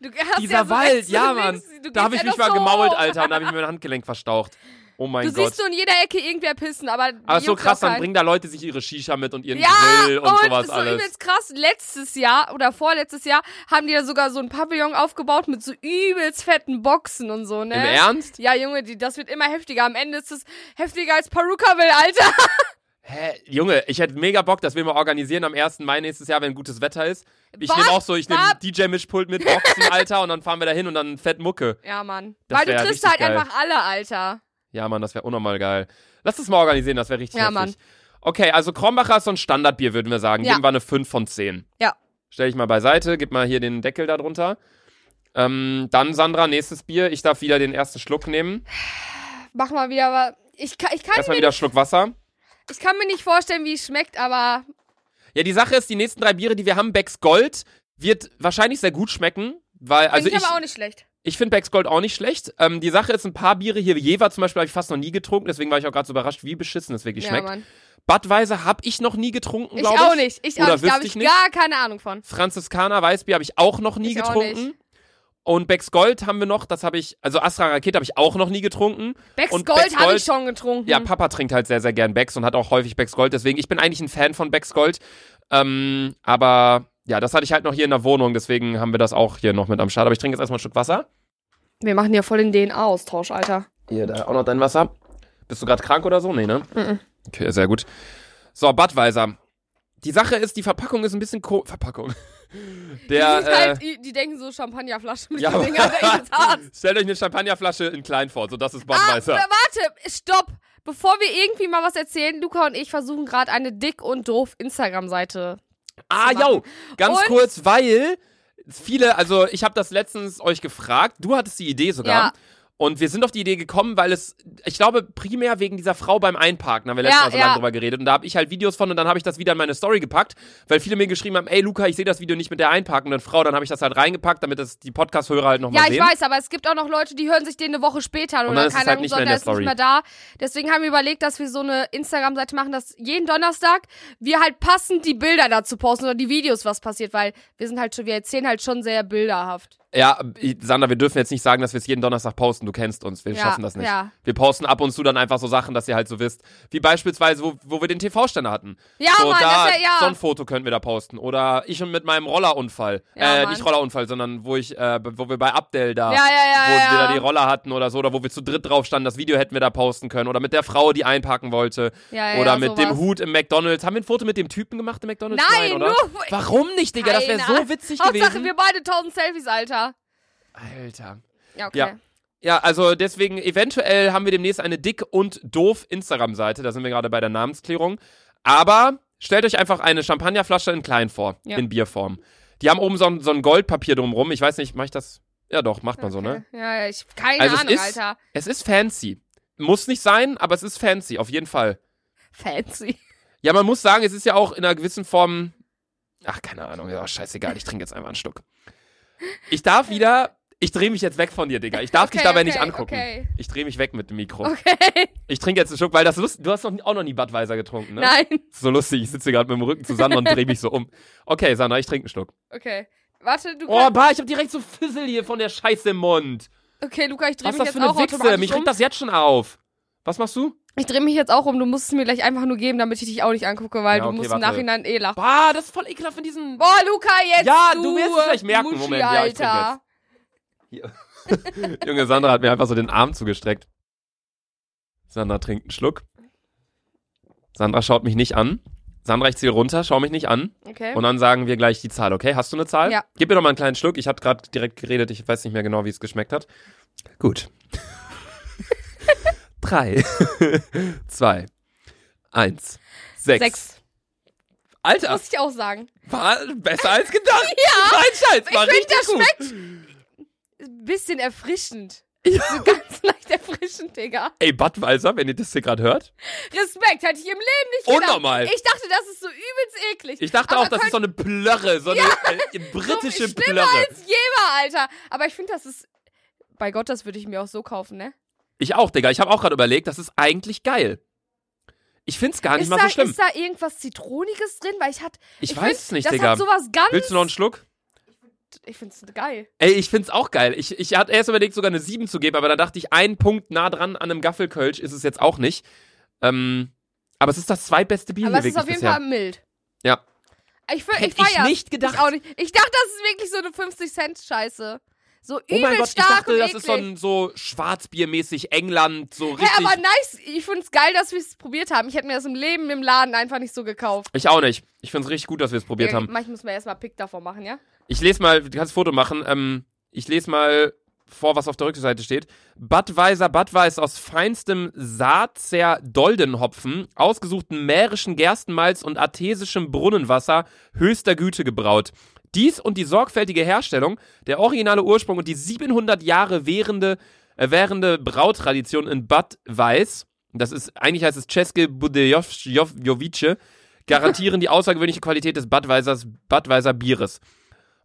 Du hast
Dieser
ja so
Wald,
rechts und
ja, Mann.
links, du
Da habe
gehst
ich
ja
mich
noch
mal
so
gemault,
hoch.
Alter, und da habe ich mir mein Handgelenk verstaucht. Oh mein
Du
Gott.
siehst so in jeder Ecke irgendwer pissen, aber.
Aber so
juckt
krass,
auch
dann
keinen.
bringen da Leute sich ihre Shisha mit und ihren
Ja,
Grill und,
und
sowas
so
alles.
übelst krass. Letztes Jahr oder vorletztes Jahr haben die da sogar so ein Pavillon aufgebaut mit so übelst fetten Boxen und so, ne?
Im Ernst?
Ja, Junge, die, das wird immer heftiger. Am Ende ist es heftiger als Paruka will, Alter.
Hä, Junge, ich hätte mega Bock, dass wir mal organisieren am 1. Mai nächstes Jahr, wenn gutes Wetter ist. Ich
Bob,
nehme auch so, ich nehme
Bob.
DJ-Mischpult mit, Boxen, Alter, und dann fahren wir da hin und dann fett Mucke.
Ja, Mann.
Das
Weil du
wär
triffst
richtig
halt
geil.
einfach alle, Alter.
Ja, Mann, das wäre unnormal geil. Lass das mal organisieren, das wäre richtig
Ja,
heftig.
Mann.
Okay, also Krombacher ist so ein Standardbier, würden wir sagen.
Ja.
Geben wir eine 5 von 10.
Ja.
Stell ich mal beiseite, gib mal hier den Deckel da drunter. Ähm, dann Sandra, nächstes Bier. Ich darf wieder den ersten Schluck nehmen.
Mach mal wieder was. Ich kann, ich, kann
Erstmal
mir,
wieder Schluck Wasser.
ich kann mir nicht vorstellen, wie es schmeckt, aber
Ja, die Sache ist, die nächsten drei Biere, die wir haben, Becks Gold, wird wahrscheinlich sehr gut schmecken. Weil, also
finde
ich,
ich aber auch nicht schlecht.
ich finde Becks Gold auch nicht schlecht. Ähm, die Sache ist, ein paar Biere hier, Jever zum Beispiel, habe ich fast noch nie getrunken. Deswegen war ich auch gerade so überrascht, wie beschissen es wirklich
ja,
schmeckt.
Mann.
Budweiser habe ich noch nie getrunken,
Ich
glaube ich.
auch nicht. Ich
Oder
auch nicht. Da
wüsste
habe
ich
ich
nicht.
gar keine Ahnung von.
Franziskaner Weißbier habe ich auch noch nie
Ich auch
getrunken.
nicht.
Und Becks Gold haben wir noch, das habe ich, also Astra Rakete habe ich auch noch nie getrunken.
Becks
Und
Gold,
Becks
habe
Gold-
ich schon getrunken.
Ja, Papa trinkt halt sehr, sehr gern Becks und hat auch häufig Becks Gold. Deswegen, ich bin eigentlich ein Fan von Becks Gold. Ähm, aber ja, das hatte ich halt noch hier in der Wohnung. Deswegen haben wir das auch hier noch mit am Start. Aber ich trinke jetzt erstmal ein Stück Wasser.
Wir machen ja voll den DNA-Austausch, Alter.
Hier, da auch noch dein Wasser. Bist du gerade krank oder so? Nee, ne? Okay, sehr gut. So, Budweiser. Die Sache ist, die Verpackung ist ein bisschen ko Verpackung. Der,
die, sind halt,
äh,
die, die denken so Champagnerflasche mit
Ja,
den
aber-
Dingern. Das ist hart.
stellt euch eine Champagnerflasche in klein vor, so das ist
Ah,
Budweiser.
warte, stopp. Bevor wir irgendwie mal was erzählen, Luca und ich versuchen gerade eine dick und doof Instagram-Seite.
Ah,
zu machen.
yo, ganz
Und-
kurz, weil viele, also ich habe das letztens euch gefragt, du hattest die Idee sogar.
Ja.
Und wir sind auf die Idee gekommen, weil es, ich glaube, primär wegen dieser Frau beim Einparken, haben wir letztes
Ja,
Mal so
ja.
lange drüber geredet. Und da habe ich halt Videos von und dann habe ich das wieder in meine Story gepackt, weil viele mir geschrieben haben, ey Luca, ich sehe das Video nicht mit der einparkenden Frau. Dann habe ich das halt reingepackt, damit das die Podcast-Hörer halt nochmal
Ja,
sehen.
ich weiß, aber es gibt auch noch Leute, die hören sich den eine Woche später an
Und dann
oder
ist es
keine
halt
Ahnung,
nicht
so,
mehr in
der
der
ist nicht
Story.
mehr da. Deswegen haben wir überlegt, dass wir so eine Instagram-Seite machen, dass jeden Donnerstag wir halt passend die Bilder dazu posten oder die Videos, was passiert, weil wir sind halt schon, wir erzählen halt schon sehr bilderhaft.
Ja, ich- Sander, wir dürfen jetzt nicht sagen, dass wir es jeden Donnerstag posten. Du kennst uns, wir
Ja,
schaffen das nicht.
ja.
Wir posten ab und zu dann einfach so Sachen, dass ihr halt so wisst. Wie beispielsweise, wo, wo wir den TV-Ständer hatten.
Ja,
so,
Mann,
da,
das wär- ja.
So ein Foto könnten wir da posten. Oder ich und mit meinem Rollerunfall.
Ja,
äh,
Mann.
nicht Rollerunfall, sondern wo ich, äh, wo wir bei Abdel da,
Ja, ja, ja,
wo
ja.
wir da die Roller hatten oder so, oder wo wir zu dritt drauf standen, das Video hätten wir da posten können. Oder mit der Frau, die einpacken wollte.
Ja, ja,
oder
ja,
mit
sowas.
dem Hut im McDonalds. Haben wir ein Foto mit dem Typen gemacht im McDonalds?
Nein,
oder?
nur-
Warum nicht, Digga? Das wäre
Keine
so witzig
Hauptsache,
gewesen.
wir beide 1000 Selfies, Alter.
Alter.
Ja, okay.
Ja. Ja, also deswegen, eventuell haben wir demnächst eine dick und doof Instagram-Seite. Da sind wir gerade bei der Namensklärung. Aber stellt euch einfach eine Champagnerflasche in klein vor,
Ja.
in Bierform. Die haben oben so ein, so ein Goldpapier drumrum. Ich weiß nicht, mach ich das? Ja, doch, macht man so, ne?
Ja, ja, ich keine
Also es
Ahnung,
ist-
Alter.
Es ist fancy. Muss nicht sein, aber es ist fancy, auf jeden Fall.
Fancy.
Ja, man muss sagen, es ist ja auch in einer gewissen Form. Ach, keine Ahnung, ja, scheißegal, ich trinke jetzt einfach einen Schluck. Ich darf wieder. Ich drehe mich jetzt weg von dir, Digga. Ich darf dich
Okay,
dabei
okay,
nicht angucken.
okay.
Ich drehe mich weg mit dem Mikro.
Okay.
Ich trinke jetzt einen Schluck, weil das lust du hast noch, auch noch nie Budweiser getrunken, ne?
Nein.
Ist so lustig, ich sitze gerade mit dem Rücken zusammen und drehe mich so um. Okay, Sandra, ich trinke einen Schluck.
Okay. Warte, du
Oh, bah, ich habe direkt so Fizzle hier von der Scheiße im Mund.
Okay, Luca, ich drehe
Was ist
mich
das
jetzt
für eine
auch
Wichse?
automatisch
Mich
um.
regt das jetzt schon auf. Was machst du?
Ich drehe mich jetzt auch um. Du musst es mir gleich einfach nur geben, damit ich dich auch nicht angucke, weil
Ja,
du
okay,
musst
warte.
im Nachhinein eh lachen.
Bah, das ist voll ekelhaft in diesem...
Boah, Luca, jetzt
Ja,
du,
du wirst es gleich merken.
Muschi,
Moment, ja, ich
Alter.
trinke Junge, Sandra hat mir einfach so den Arm zugestreckt. Sandra trinkt einen Schluck. Sandra schaut mich nicht an. Sandra, ich ziehe runter, schau mich nicht an.
Okay.
Und dann sagen wir gleich die Zahl, okay? Hast du eine Zahl?
Ja.
Gib mir doch mal einen kleinen Schluck. Ich habe gerade direkt geredet. Ich weiß nicht mehr genau, wie es geschmeckt hat. Gut. Drei. Zwei. Eins. Sechs.
Sechs.
Alter,
Muss ich auch sagen.
war besser als gedacht. ja. Nein, Scheiß, war
ich finde,
richtig
das
gut.
schmeckt ein bisschen erfrischend. So ganz leicht erfrischend, Digga.
Ey, Budweiser, wenn ihr das hier gerade hört.
Respekt, hätte ich im Leben nicht gedacht.
Unnormal.
Ich dachte, das ist so übelst eklig.
Ich dachte
Aber
auch, das ist so eine Plörre, so eine äh, britische
so viel schlimmer
Plörre.
als Jeber, Alter. Aber ich finde, das ist. Bei Gott, das würde ich mir auch so kaufen, ne?
Ich auch, Digga. Ich habe auch gerade überlegt, das ist eigentlich geil. Ich find's gar nicht
ist,
mal
da,
so schlimm.
ist da irgendwas Zitroniges drin? Weil ich hat.
ich
ich
weiß
find,
es nicht,
das
Digga.
Hat sowas ganz,
Willst du noch einen Schluck?
ich find's geil.
Ey, ich find's auch geil. Ich, ich hatte erst überlegt, sogar eine 7 zu geben, aber da dachte ich, ein Punkt nah dran an einem Gaffelkölsch ist es jetzt auch nicht. Ähm, aber es ist das zweitbeste Bier
Aber
hier
es ist
wirklich
auf jeden
bisher.
Fall mild.
Ja.
Ich, fe- ich
Hätte ich
feier's.
nicht gedacht.
Ich, auch nicht. ich dachte, das ist wirklich so eine 50-Cent-Scheiße. So übel
oh mein Gott, ich
stark
dachte,
und
das
eklig.
ist so ein so Schwarzbiermäßig England, so
Hä,
richtig.
aber nice. Ich find's geil, dass wir es probiert haben. Ich hätte mir das im Leben im Laden einfach nicht so gekauft.
ich auch nicht. Ich find's richtig gut, dass wir es probiert haben.
Manchmal muss man erstmal Pick davon machen, ja?
Ich lese mal, du kannst ein Foto machen. Ähm, ich lese mal vor, was auf der Rückseite steht. Budweiser Budweiß aus feinstem Saatzer Doldenhopfen, ausgesuchten mährischen Gerstenmalz und artesischem Brunnenwasser höchster Güte gebraut. Dies und die sorgfältige Herstellung, der originale Ursprung und die 700 Jahre währende, äh, währende Brautradition in Budweiß, das ist, eigentlich heißt es Czeske Budejowice, garantieren die außergewöhnliche Qualität des Budweisers, Budweiser Bieres.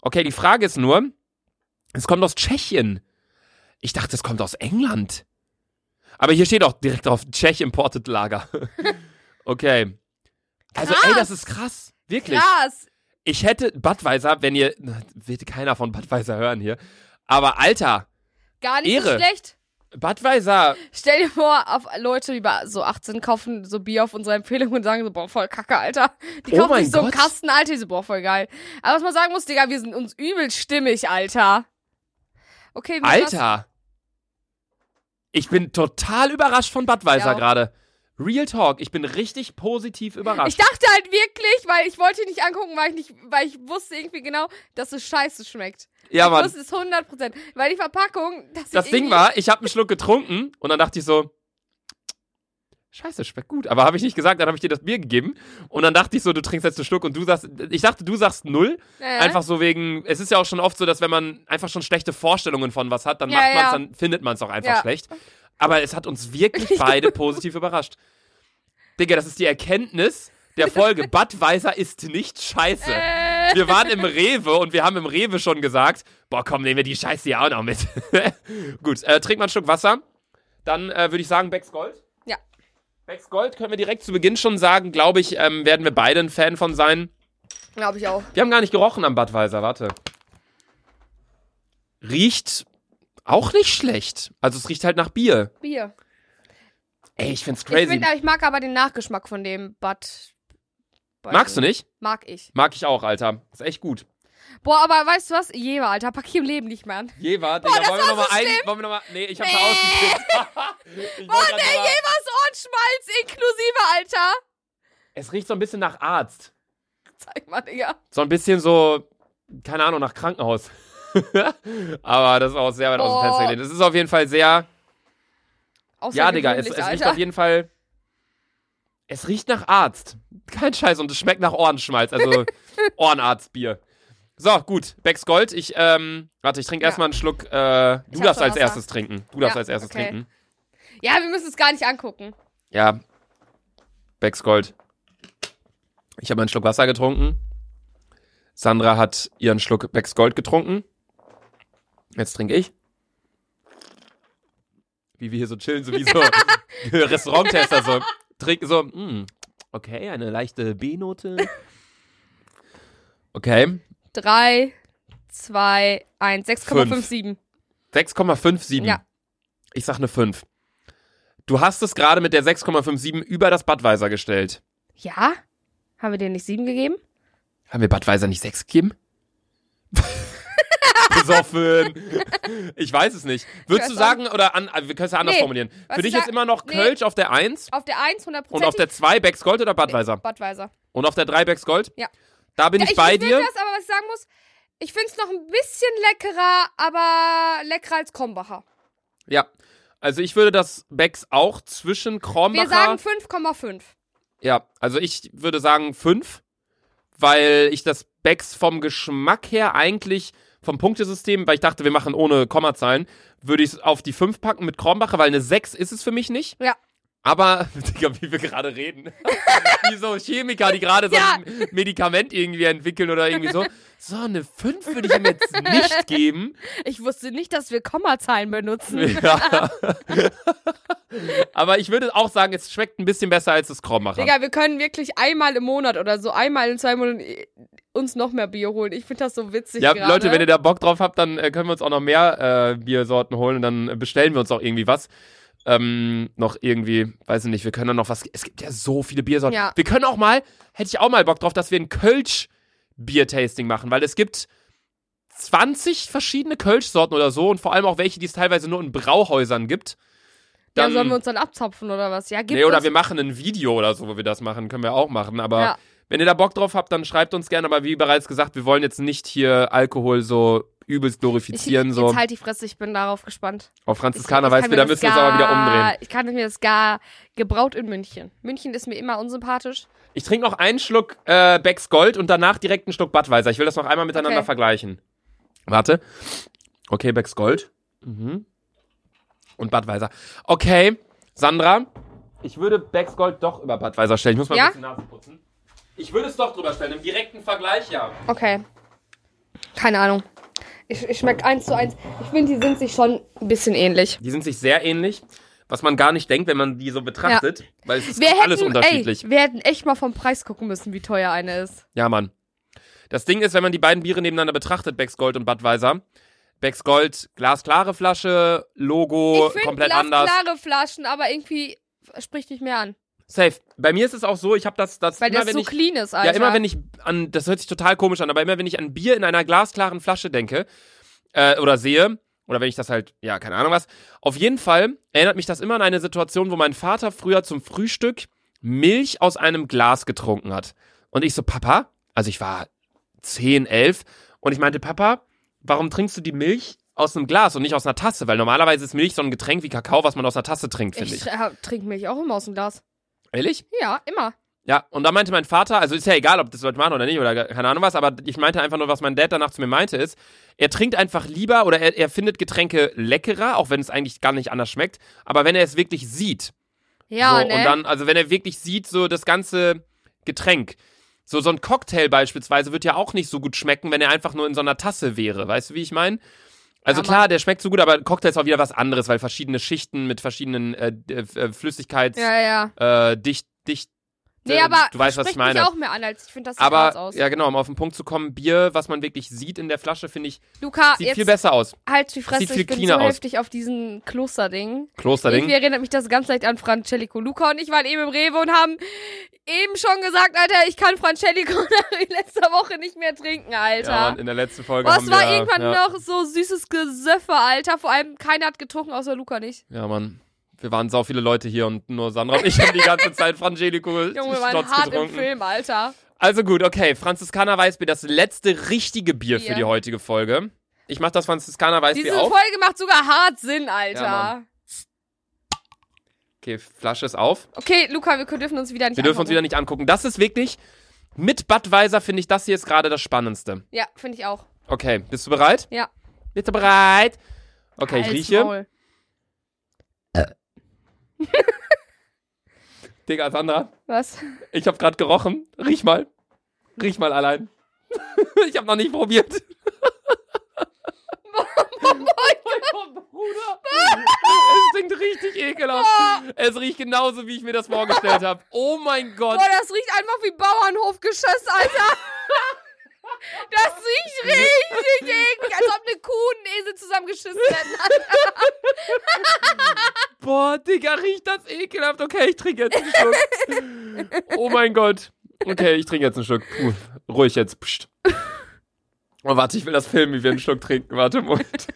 Okay, die Frage ist nur, es kommt aus Tschechien. Ich dachte, es kommt aus England. Aber hier steht auch direkt drauf, Czech Imported Lager. okay. Also, ey, das ist krass. Wirklich.
Krass.
Ich hätte Budweiser, wenn ihr, na, wird keiner von Budweiser hören hier. Aber Alter,
Gar nicht so
Ehre.
schlecht.
Budweiser,
Stell dir vor, auf Leute über so 18 kaufen so Bier auf unsere Empfehlung und sagen so, boah, voll kacke, Alter. Die
Oh
kaufen
mein
sich so einen
Gott.
Kasten, Alter, die so, boah, voll geil. Aber was man sagen muss, Digga, wir sind uns übel stimmig, Alter. Okay, wie
Alter, Ich bin total überrascht von Budweiser
Ja.
gerade. Real Talk, ich bin richtig positiv
Ich
überrascht.
dachte halt wirklich, weil ich wollte ihn nicht angucken, weil ich nicht, weil ich wusste irgendwie genau, dass es scheiße schmeckt.
ja,
ich
Mann.
wusste es 100%. Weil die Verpackung, das, sieht
Das Ding
irgendwie-
war, ich habe einen Schluck getrunken und dann dachte ich so, Scheiße, schmeckt gut. Aber habe ich nicht gesagt, dann habe ich dir das Bier gegeben. Und dann dachte ich so, du trinkst jetzt einen Schluck und du sagst, ich dachte, du sagst null.
Ja.
Einfach so wegen, es ist ja auch schon oft so, dass wenn man einfach schon schlechte Vorstellungen von was hat, dann
Ja,
macht man es,
ja.
dann findet man es auch einfach
Ja.
schlecht. Aber es hat uns wirklich beide positiv überrascht. Digga, das ist die Erkenntnis der Folge. Budweiser ist nicht scheiße.
Äh,
Wir waren im Rewe und wir haben im Rewe schon gesagt, boah, komm, nehmen wir die Scheiße hier auch noch mit. Gut, äh, trink mal einen Schluck Wasser. Dann äh, würde ich sagen, Becks Gold.
Ja.
Becks Gold können wir direkt zu Beginn schon sagen, glaube ich, ähm, werden wir beide ein Fan von sein.
Glaube ich auch.
Wir haben gar nicht gerochen am Budweiser, warte. Riecht auch nicht schlecht. Also es riecht halt nach Bier.
Bier.
Ey, ich find's
Ich,
crazy.
find, ich mag aber den Nachgeschmack von dem Bud. Bud-
Magst du nicht?
Mag ich.
Mag ich auch, Alter. Ist echt gut.
Boah, aber weißt du was? Jewe, Alter, pack ich im Leben nicht mehr an.
Jeva, Digga,
das
wollen wir
war
nochmal
so
ein...
schlimm.
Wollen wir nochmal... Nee, ich hab's
Nee.
ausgekippt.
Boah, der Jevers Ohrenschmalz inklusive, Alter.
Es riecht so ein bisschen nach Arzt.
Zeig mal, Digga.
So ein bisschen so, keine Ahnung, nach Krankenhaus. Aber das ist auch sehr weit aus dem
Boah.
Fenster gelehnt. Es ist auf jeden Fall sehr. Ja, Digga, es,
Außergewöhnlich,
es riecht
Alter.
auf jeden Fall. Es riecht nach Arzt. Kein Scheiß und es schmeckt nach Ohrenschmalz, also Ohrenarztbier. So, gut, Becks Gold. Ich, ähm, warte, ich trinke
Ja.
erstmal einen Schluck. Äh, du
hab
darfst
schon
als
Wasser.
erstes trinken. Du darfst
Ja,
als erstes
okay.
trinken.
Ja, wir müssen es gar nicht angucken.
Ja. Becks Gold. Ich habe einen Schluck Wasser getrunken. Sandra hat ihren Schluck Becks Gold getrunken. Jetzt trinke ich. Wie wir hier so chillen, so wie so Restauranttester. So, trinken so, mm, okay, eine leichte B-Note. Okay,
3, 2, 1, 6,57.
6,57.
Ja.
Ich sag eine 5. Du hast es gerade mit der 6,57 über das Budweiser gestellt.
Ja? Haben wir dir nicht 7 gegeben?
Haben wir Budweiser nicht sechs gegeben? Besoffen. Ich weiß es nicht. Würdest du
Ich weiß auch
sagen, oder an, also, wir können es ja anders
Nee.
formulieren.
Was
Für
ich
dich ist
sag-
immer noch
nee.
Kölsch auf der 1
Auf der 1 100%.
und auf der 2 Becks Gold oder Budweiser?
Budweiser.
Und auf der 3 Becks Gold?
Ja.
Da bin
Ja,
ich bei
will
dir.
Das, aber was ich sagen muss, ich finde es noch ein bisschen leckerer, aber leckerer als Krombacher.
Ja. Also ich würde das Becks auch zwischen Krombacher...
Wir sagen 5,5.
Ja, also ich würde sagen fünf, weil ich das Becks vom Geschmack her eigentlich vom Punktesystem, weil ich dachte, wir machen ohne Kommazahlen, würde ich es auf die fünf packen mit Kronbacher, weil eine sechs ist es für mich nicht.
Ja.
Aber, Digga, wie wir gerade reden. wie so Chemiker, die gerade so
Ja.
ein Medikament irgendwie entwickeln oder irgendwie so. So, eine fünf würde ich ihm jetzt nicht geben.
Ich wusste nicht, dass wir Kommazahlen benutzen.
Ja. Aber ich würde auch sagen, es schmeckt ein bisschen besser als das Kronbacher.
Digga, wir können wirklich einmal im Monat oder so, einmal in zwei Monaten äh, uns noch mehr Bier holen. Ich finde das so witzig.
Ja,
gerade.
Leute, wenn ihr da Bock drauf habt, dann äh, können wir uns auch noch mehr äh, Biersorten holen und dann äh, bestellen wir uns auch irgendwie was. Ähm, noch irgendwie, weiß ich nicht, wir können dann noch was. Es gibt ja so viele Biersorten.
Ja.
Wir können auch mal, hätte ich auch mal Bock drauf, dass wir ein Kölsch-Bier-Tasting machen, weil es gibt 20 verschiedene Kölsch-Sorten oder so und vor allem auch welche, die es teilweise nur in Brauhäusern gibt.
Ja,
Dann,
sollen wir uns dann abzapfen oder was? Ja, gibt
nee, oder
uns,
wir machen ein Video oder so, wo wir das machen, können wir auch machen, aber.
ja.
Wenn ihr da Bock drauf habt, dann schreibt uns gerne. Aber wie bereits gesagt, wir wollen jetzt nicht hier Alkohol so übelst
Ich,
glorifizieren.
jetzt
So.
halt die Fresse, ich bin darauf gespannt.
Auf
Ich-
Franziskaner
ich
weiß
kann
wir,
mir
da
das
müssen wir uns
gar-
aber wieder umdrehen.
Ich kann mir das gar gebraut in München. München ist mir immer unsympathisch.
Ich trinke noch einen Schluck äh, Becks Gold und danach direkt einen Schluck Budweiser. Ich will das noch einmal miteinander
Okay.
vergleichen. Warte. Okay, Becks Gold. Mhm. Und Budweiser. Okay, Sandra. Ich würde Becks Gold doch über Budweiser stellen. Ich muss mal
Ja?
kurz die Nase putzen. Ich würde es doch drüber stellen. Im direkten Vergleich, ja.
Okay. Keine Ahnung. Ich, ich schmeckt eins zu eins. Ich finde, die sind sich schon ein bisschen ähnlich.
Die sind sich sehr ähnlich, was man gar nicht denkt, wenn man die so betrachtet, weil es ist
Wir hätten,
alles unterschiedlich.
Ey, wir hätten echt mal vom Preis gucken müssen, wie teuer eine ist.
Ja, Mann. Das Ding ist, wenn man die beiden Biere nebeneinander betrachtet, Becks Gold und Budweiser, Becks Gold, glasklare Flasche, Logo,
ich finde
komplett anders.
klare Flaschen, aber irgendwie spricht nicht mehr an.
Safe. Bei mir ist es auch so, ich habe das, das
Weil
immer,
das
wenn
so
ich,
clean ist, Alter.
ja immer wenn ich an, das hört sich total komisch an, aber immer wenn ich an Bier in einer glasklaren Flasche denke äh, oder sehe Oder wenn ich das halt, ja, keine Ahnung was. Auf jeden Fall erinnert mich das immer an eine Situation, wo mein Vater früher zum Frühstück Milch aus einem Glas getrunken hat. Und ich so, Papa, also ich war 10, 11, und ich meinte, Papa, warum trinkst du die Milch aus einem Glas und nicht aus einer Tasse? Weil normalerweise ist Milch so ein Getränk wie Kakao, was man aus einer Tasse trinkt, finde
Ich
ich.
tr- trinke Milch auch immer aus dem Glas.
Ehrlich?
Ja, immer.
Ja, und da meinte mein Vater, also ist ja egal, ob das Leute machen oder nicht oder ge- keine Ahnung was, aber ich meinte einfach nur, was mein Dad danach zu mir meinte, ist, er trinkt einfach lieber oder er, er findet Getränke leckerer, auch wenn es eigentlich gar nicht anders schmeckt, aber wenn er es wirklich sieht.
Ja,
so,
ne?
Und dann, also wenn er wirklich sieht, so das ganze Getränk. So, so ein Cocktail beispielsweise wird ja auch nicht so gut schmecken, wenn er einfach nur in so einer Tasse wäre. Weißt du, wie ich meine? Also
Ja,
klar, der schmeckt so gut, aber Cocktail ist auch wieder was anderes, weil verschiedene Schichten mit verschiedenen äh, d- äh, Flüssigkeits,
ja, ja.
äh, dicht, dicht,
Nee,
äh,
aber
du weißt, was ich
spricht
meine.
mich auch mehr an, als ich finde das sieht anders
Aber
aus.
ja, genau, um auf den Punkt zu kommen, Bier, was man wirklich sieht in der Flasche, finde ich,
Luca,
sieht viel
jetzt
besser aus.
halt die Fresse,
sieht viel
ich bin so
cleaner aus.
heftig auf diesen Klosterding. Irgendwie
Klosterding.
erinnert mich das ganz leicht an Francelico. Luca und ich waren eben im Rewe und haben eben schon gesagt, Alter, ich kann Francelico nach letzter Woche nicht mehr trinken, Alter.
Ja, Mann, in der letzten Folge.
Boah,
haben
Oh, es war
wir,
irgendwann
ja.
nur noch so süßes Gesöffe, Alter. Vor allem, keiner hat getrunken, außer Luca nicht.
Ja, Mann. Wir waren sau viele Leute hier und nur Sandra und ich haben die ganze Zeit Frangelico
Junge, wir waren
Schnotz
hart im
getrunken.
Film, Alter.
Also gut, okay. Franziskaner Weißbier, das letzte richtige Bier für
Bier.
die heutige Folge. Ich mach das Franziskaner Weißbier
Diese
auf.
Folge macht sogar hart Sinn, Alter.
Ja, Mann. Okay, Flasche ist auf.
okay, Luca, wir dürfen uns wieder nicht
Wir dürfen uns wieder
angucken.
nicht angucken. Das ist wirklich, mit Budweiser finde ich das hier ist gerade das Spannendste.
Ja, finde ich auch.
Okay, bist du bereit?
Ja.
Bist du bereit? Okay, ich
Halt's
rieche.
Maul.
Digga, Sandra,
Was?
ich habe gerade gerochen. Riech mal. Riech mal allein. ich habe noch nicht probiert. Bruder. es stinkt richtig ekelhaft. Es riecht genauso, wie ich mir das vorgestellt habe. Oh mein Gott.
Boah, das riecht einfach wie Bauernhofgeschoss, Alter. Das riecht richtig eklig, als ob eine Kuh und ein Esel zusammengeschissen hätten.
Boah, Digga, riecht das ekelhaft. Okay, ich trinke jetzt einen Schluck. oh mein Gott. Okay, ich trinke jetzt einen Schluck. Puh, ruhig jetzt. Psst. Oh, warte, ich will das filmen, wie wir einen Schluck trinken. Warte, Moment.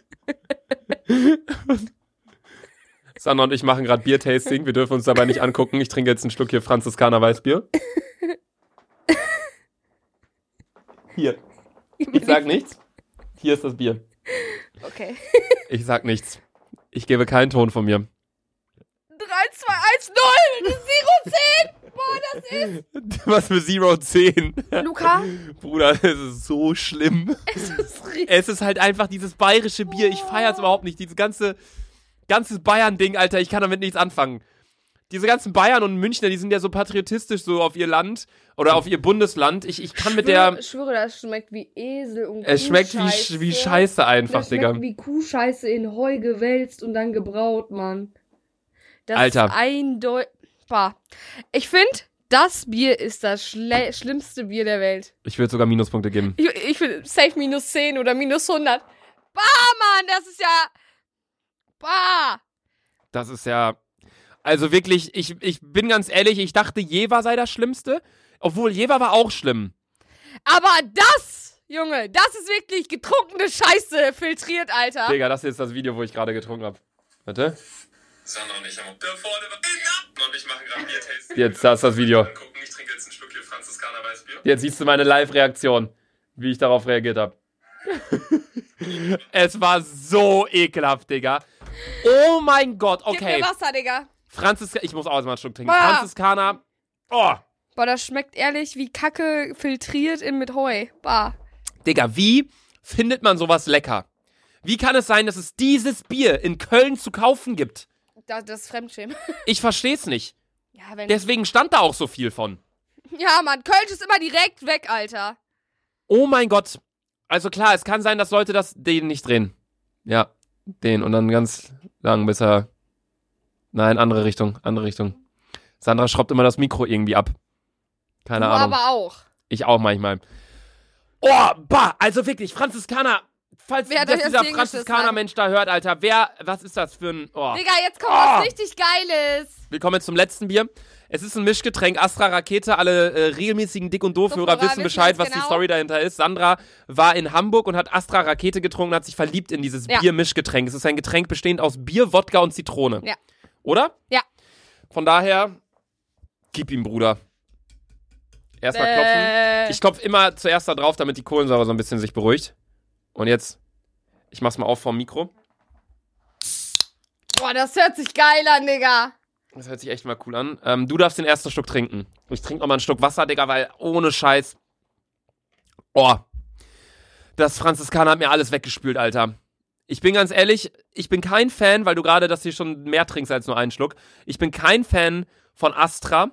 Sandra und ich machen gerade Biertasting. Wir dürfen uns dabei nicht angucken. Ich trinke jetzt einen Schluck hier Franziskaner Weißbier. Hier. Ich sag nichts. Hier ist das Bier.
Okay.
Ich sag nichts. Ich gebe keinen Ton von mir.
3, 2, 1, 0! 0, 10! Boah, das ist.
Was für Zero 10.
Luca,
Bruder, es ist so schlimm.
es ist richtig.
Es ist halt einfach dieses bayerische Bier. Ich feier's überhaupt nicht. Dieses ganze, ganzes Bayern-Ding, Alter. Ich kann damit nichts anfangen. Diese ganzen Bayern und Münchner, die sind ja so patriotistisch so auf ihr Land oder auf ihr Bundesland. Ich, ich kann mit der.
Ich schwöre, das schmeckt wie Esel und
Es schmeckt wie,
Kuhscheiße.
Sch- wie Scheiße einfach,
Das schmeckt
Digga.
wie Kuhscheiße in Heu gewälzt und dann gebraut, Mann. Das
Alter.
ist eindeutig. Ich finde, das Bier ist das schle schlimmste Bier der Welt.
Ich würde sogar Minuspunkte geben.
Ich, ich finde, safe minus 10 oder minus 100. Bah, Mann, das ist ja. Bah.
Das ist ja. Also wirklich, ich, ich bin ganz ehrlich, ich dachte, Jever sei das Schlimmste. Obwohl, Jever war auch schlimm.
Aber das, Junge, das ist wirklich getrunkene Scheiße filtriert, Alter.
Digga, das hier ist das Video, wo ich gerade getrunken habe. Warte.
Sandra und ich haben auch da vorne was. Und ich mache gerade Biertasting.
Jetzt, da ist das Video.
Gucken, ich trinke jetzt einen Schluck hier Franziskaner Weißbier.
Jetzt siehst du meine Live-Reaktion, wie ich darauf reagiert habe. es war so ekelhaft, Digga. Oh mein Gott,
Gib
okay.
mir Wasser, Digga.
Franziska, ich muss auch erstmal einen Schluck trinken.
Ah.
Franziskaner. Oh,
Boah, das schmeckt ehrlich wie Kacke filtriert in mit Heu. Bah.
Digga, wie findet man sowas lecker? Wie kann es sein, dass es dieses Bier in Köln zu kaufen gibt?
Das, das ist Fremdschämen.
Ich versteh's nicht.
Ja, wenn.
Deswegen stand da auch so viel von.
ja, Mann, Kölsch ist immer direkt weg, Alter.
Oh mein Gott. Also klar, es kann sein, dass Leute das den nicht drehen. Ja, den und dann ganz lang bis er Nein, andere Richtung, andere Richtung. Sandra schraubt immer das Mikro irgendwie ab. Keine
Du
Ahnung.
aber auch.
Ich auch manchmal. Oh, bah, also wirklich Franziskaner falls
Wer hat
das
euch das
dieser
Ding geschissen,
Franziskaner-Mensch da hört, Alter, wer, was ist das für ein, oh.
Digga, jetzt kommt
Ah!
was richtig Geiles.
Wir kommen jetzt zum letzten Bier. Es ist ein Mischgetränk, Astra Rakete. Alle äh, regelmäßigen Dick- und Doof-Hörer
Doof-Hörer
wissen
wissen
Bescheid,
das
was die
genau.
Story dahinter ist. Sandra war in Hamburg und hat Astra Rakete getrunken und hat sich verliebt in dieses
Ja.
Bier-Mischgetränk. Es ist ein Getränk bestehend aus Bier, Wodka und Zitrone.
Ja.
Oder?
Ja.
Von daher, gib ihm, Bruder. Erstmal klopfen.
Äh,
Ich klopfe immer zuerst da drauf, damit die Kohlensäure so ein bisschen sich beruhigt. Und jetzt, ich mach's mal auf vom Mikro.
boah, das hört sich geil an, Digga.
Das hört sich echt mal cool an. Ähm, du darfst den ersten Schluck trinken. Ich trinke nochmal einen Schluck Wasser, Digga, weil ohne Scheiß. Oh. Das Franziskaner hat mir alles weggespült, Alter. Ich bin ganz ehrlich, ich bin kein Fan, weil du gerade das hier schon mehr trinkst als nur einen Schluck. Ich bin kein Fan von Astra,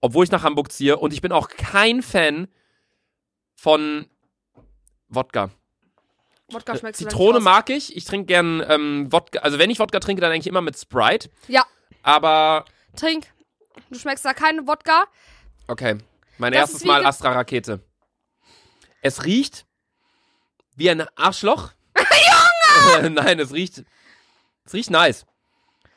obwohl ich nach Hamburg ziehe. Und ich bin auch kein Fan von Wodka.
Wodka schmeckt
Äh, Zitrone mag ich. Ich trinke gern ähm, Wodka. Also wenn ich Wodka trinke, dann eigentlich immer mit Sprite.
Ja.
Aber
Trink. Du schmeckst da keinen Wodka.
Okay. Mein
Das
erstes
ist wie
Mal
ge-
Astra-Rakete. Es riecht wie ein Arschloch. Junge! Nein, es riecht. Es riecht nice.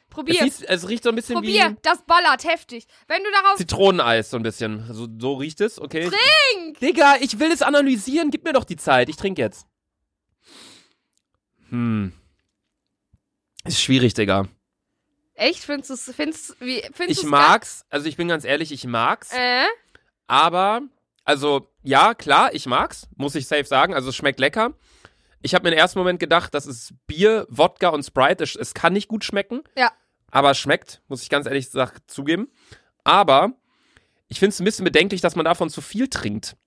Es,
Probier.
riecht, es riecht so ein bisschen
Probier. Das ballert heftig. Wenn du darauf
wie Zitroneneis, so ein bisschen. So, so riecht es, okay?
trinkst.
Digga, ich will es analysieren. Gib mir doch die Zeit. Ich trinke jetzt. Hm. Ist schwierig, Digga.
Echt? Findest du es findest, wie, findest
Ich
du's
mag's. Also, ich bin ganz ehrlich, ich mag's.
Geil? Äh?
Aber, also, ja, klar, ich mag's, muss ich safe sagen. Also, es schmeckt lecker. Ich habe mir im ersten Moment gedacht, das ist Bier, Wodka und Sprite. Es, es kann nicht gut schmecken.
Ja.
Aber es schmeckt, muss ich ganz ehrlich gesagt zugeben. Aber ich finde es ein bisschen bedenklich, dass man davon zu viel trinkt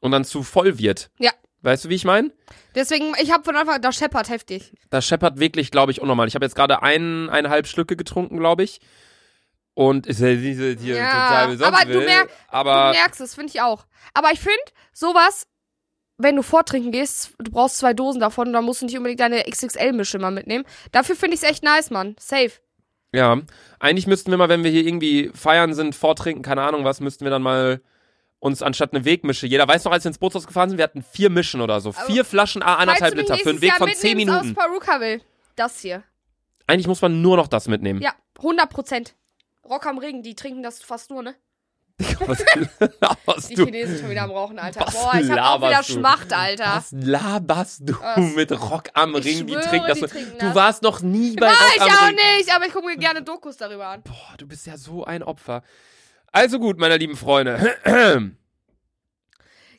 und dann zu voll wird.
Ja.
Weißt du, wie ich meine?
Deswegen, ich habe von Anfang an, das scheppert heftig.
Das scheppert wirklich, glaube ich, unnormal. Ich habe jetzt gerade ein, eineinhalb Schlücke getrunken, glaube ich. Und ist ja diese hier
Ja,
total besoffen
aber du
will,
merk-
aber
du merkst es, finde ich auch. Aber ich finde, sowas, wenn du vortrinken gehst, du brauchst zwei Dosen davon, dann musst du nicht unbedingt deine XXL-Mische mal mitnehmen. Dafür finde ich es echt nice, Mann. Safe.
Ja, eigentlich müssten wir mal, wenn wir hier irgendwie feiern sind, vortrinken, keine Ahnung was, müssten wir dann mal uns anstatt eine Wegmische. Jeder weiß noch, als wir ins Bootshaus gefahren sind, wir hatten vier Mischen oder so. Vier Flaschen A, anderthalb
Falls du mich
Liter für einen Weg
nächstes Jahr
von zehn
mitnimmst
Minuten.
aus Paruka will. Das hier.
Eigentlich muss man nur noch das mitnehmen.
Ja, 100 Prozent. Rock am Regen, die trinken das fast nur, ne?
Was, was
Die
du,
Chinesen schon wieder am Rauchen, Alter.
Was
Boah, ich hab auch wieder
laberst du?
Schmacht, Alter.
was laberst du
Was?
mit Rock am
Oh, Ich
Ring?
schwöre,
die trinken das.
die
so-
trinken
du
das.
warst noch nie bei
War
Rock
Ah, ich
am
auch
Ring.
nicht, aber ich gucke mir gerne Dokus darüber an.
Boah, du bist ja so ein Opfer. Also gut, meine lieben Freunde.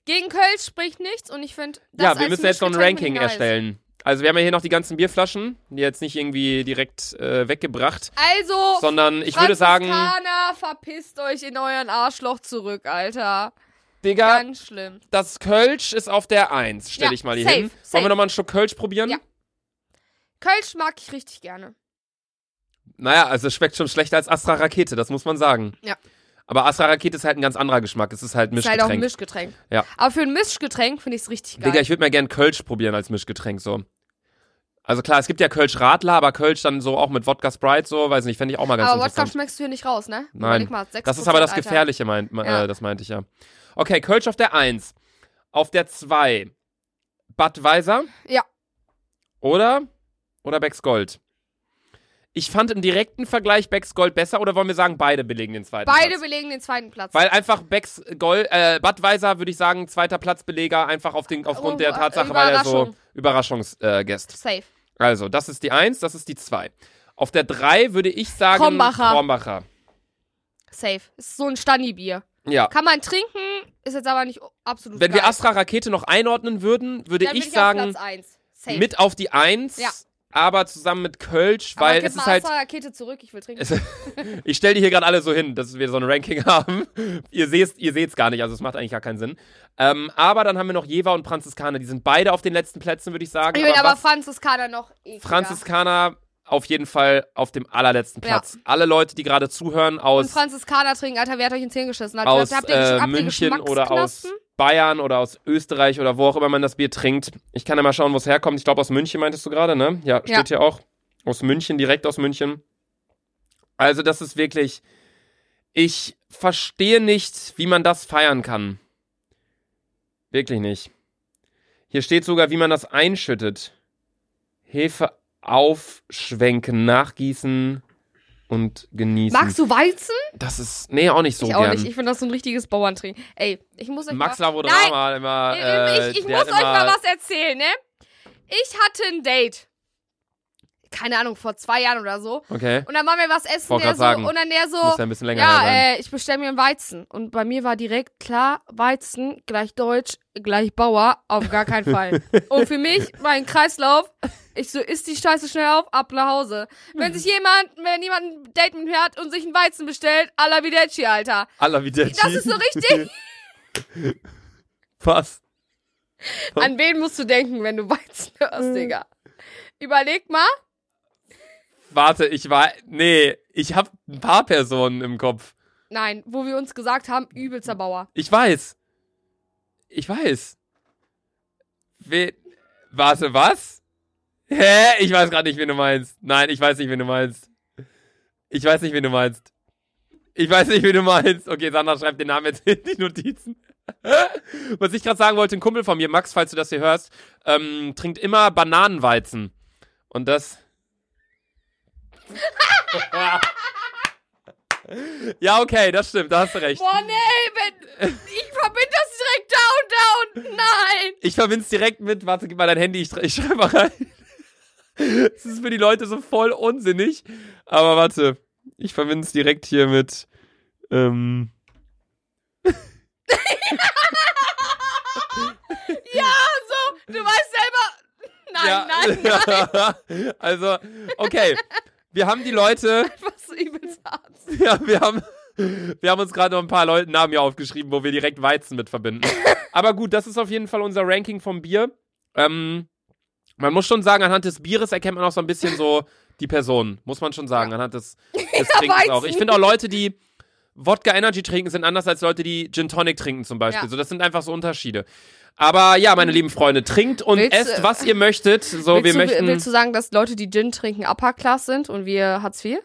Gegen Köln spricht nichts und ich finde,
ja, wir müssen jetzt noch ein Ranking erstellen. Also wir haben ja hier noch die ganzen Bierflaschen, die jetzt nicht irgendwie direkt äh, weggebracht,
Also,
sondern ich würde sagen,
Franziskaner, verpisst euch in euren Arschloch zurück, Alter.
Digga,
Ganz schlimm.
das Kölsch ist auf der 1, stelle
Ja,
ich mal hier
safe,
hin.
safe.
Wollen wir nochmal einen Schluck Kölsch probieren?
Ja. Kölsch mag ich richtig gerne.
Naja, also es schmeckt schon schlechter als Astra Rakete, das muss man sagen.
Ja.
Aber Astra Rakete ist halt ein ganz anderer Geschmack, es ist halt
Ist halt auch ein
Mischgetränk.
Mischgetränk.
Ja.
Aber für ein Mischgetränk finde ich es richtig geil.
Digga, ich würde mir gern Kölsch probieren als Mischgetränk so. Also klar, es gibt ja Kölsch Radler, aber Kölsch dann so auch mit Wodka Sprite so, weiß nicht, fände ich auch mal ganz
aber Wodka
interessant.
schmeckst du hier nicht raus, ne?
Nein.
Überleg Mal, 6%,
Das ist aber das
Alter.
Gefährliche, mein, me-
Ja.
äh, das meinte ich ja. Okay, Kölsch auf der 1. Auf der 2. Budweiser.
Ja.
Oder? Oder Becks Gold. Ich fand im direkten Vergleich Becks Gold besser oder wollen wir sagen, beide belegen den zweiten
Beide
Platz?
belegen den zweiten Platz.
Weil einfach Becks Gold, äh, Budweiser würde ich sagen, zweiter Platzbeleger, einfach auf den, aufgrund
Oh,
der
äh,
Tatsache, weil er so
Überraschung.
Überraschungsgäst. Äh, Guest.
Safe.
Also, das ist die 1, das ist die 2. Auf der 3 würde ich sagen
Krombacher.
Krombacher.
Safe. Ist so ein Stani-Bier.
Ja.
Kann man trinken, ist jetzt aber nicht absolut
Wenn
geil.
wir Astra Rakete noch einordnen würden, würde
Dann bin
ich,
ich auf
sagen,
Platz 1. Safe.
mit auf die Eins,
Ja.
aber zusammen mit Kölsch,
aber
weil
gib
es
mal
ist halt.
Astra Rakete zurück, ich will trinken.
Es- halt Ich stelle die hier gerade alle so hin, dass wir so ein Ranking haben. ihr seht ihr seht's gar nicht, also es macht eigentlich gar keinen Sinn. Ähm, aber dann haben wir noch Jever und Franziskaner. Die sind beide auf den letzten Plätzen, würde ich sagen.
ich will aber
was-
Franziskaner noch ekliger.
Franziskaner auf jeden Fall auf dem allerletzten
Ja.
Platz. Alle Leute, die gerade zuhören
Und
aus,
Franziskaner trinken, Alter, wer hat euch in Zähne geschissen? Hat,
aus
habt ihr,
äh,
habt ihr
München oder aus
Geschmacksknospen?
Bayern oder aus Österreich oder wo auch immer man das Bier trinkt. Ich kann ja mal schauen, wo es herkommt. Ich glaube, aus München meintest du gerade, ne? Ja, steht
Ja.
hier auch. Aus München, direkt aus München. Also, das ist wirklich. Ich verstehe nicht, wie man das feiern kann. Wirklich nicht. Hier steht sogar, wie man das einschüttet. Hefe aufschwenken, nachgießen und genießen.
Magst du Weizen?
Das ist, nee, auch nicht so
ich auch
gern.
nicht. Ich finde das so ein richtiges Bauerntrinken. Ey, ich muss euch
Max
mal...
Lavodrama hat immer,
Nein,
äh,
ich, ich
der
muss
hat
euch
immer,
mal was erzählen, ne? Ich hatte ein Date. Keine Ahnung, vor zwei Jahren oder so.
Okay,
Und dann waren wir was essen,
Wollte
der
grad
so,
sagen.
und dann der so,
muss ja ein bisschen länger her
ja,
sein.
äh, ich bestelle mir einen Weizen. Und bei mir war direkt klar, Weizen gleich Deutsch, gleich Bauer, auf gar keinen Fall. und für mich, mein Kreislauf, ich so, isst die Scheiße schnell auf, ab nach Hause. Wenn sich jemand, wenn jemand ein Date mit mir hat und sich einen Weizen bestellt, alla Videci, Alter.
Alla wie der
Das ist so richtig.
Was?
An wen musst du denken, wenn du Weizen hörst, Digga? Überleg mal.
Warte, ich war, nee, ich hab ein paar Personen im Kopf.
Nein, wo wir uns gesagt haben, übelster Bauer.
Ich weiß. Ich weiß. We Warte, was? Hä? Ich weiß gerade nicht, wen du meinst. Nein, ich weiß nicht, wen du meinst. Ich weiß nicht, wen du meinst. Ich weiß nicht, wen du meinst. Okay, Sandra schreibt den Namen jetzt in die Notizen. Was ich gerade sagen wollte, ein Kumpel von mir, Max, falls du das hier hörst, ähm, trinkt immer Bananenweizen. Und das. ja, okay, das stimmt, da hast du recht.
Boah, nee, wenn, ich verbinde das direkt down, down. Nein.
Ich verbind's direkt mit, warte, gib mal dein Handy, ich, schrei- ich schreibe mal rein. Es ist für die Leute so voll unsinnig. Aber warte, ich verbind's direkt hier mit. Ähm,
Ja, so, du weißt selber. Nein, nein, nein.
nein. Also, okay. Wir haben die Leute,
Was übelst hart.
ja, wir haben, wir haben uns gerade noch ein paar Leuten Namen hier aufgeschrieben, wo wir direkt Weizen mit verbinden. Aber gut, das ist auf jeden Fall unser Ranking vom Bier. Ähm, man muss schon sagen, anhand des Bieres erkennt man auch so ein bisschen so die Person. Muss man schon sagen, anhand des, des Trinkens
Weizen.
auch. Ich finde auch Leute, die Wodka Energy trinken, sind anders als Leute, die Gin Tonic trinken zum Beispiel.
Ja. Hm.
So, das sind einfach so Unterschiede. Aber ja, meine lieben Freunde, trinkt und
Willst,
esst,
äh,
was ihr möchtet. So, wir
willst, du,
möchten
willst du sagen, dass Leute, die Gin trinken, upper class sind und wir Hartz IV?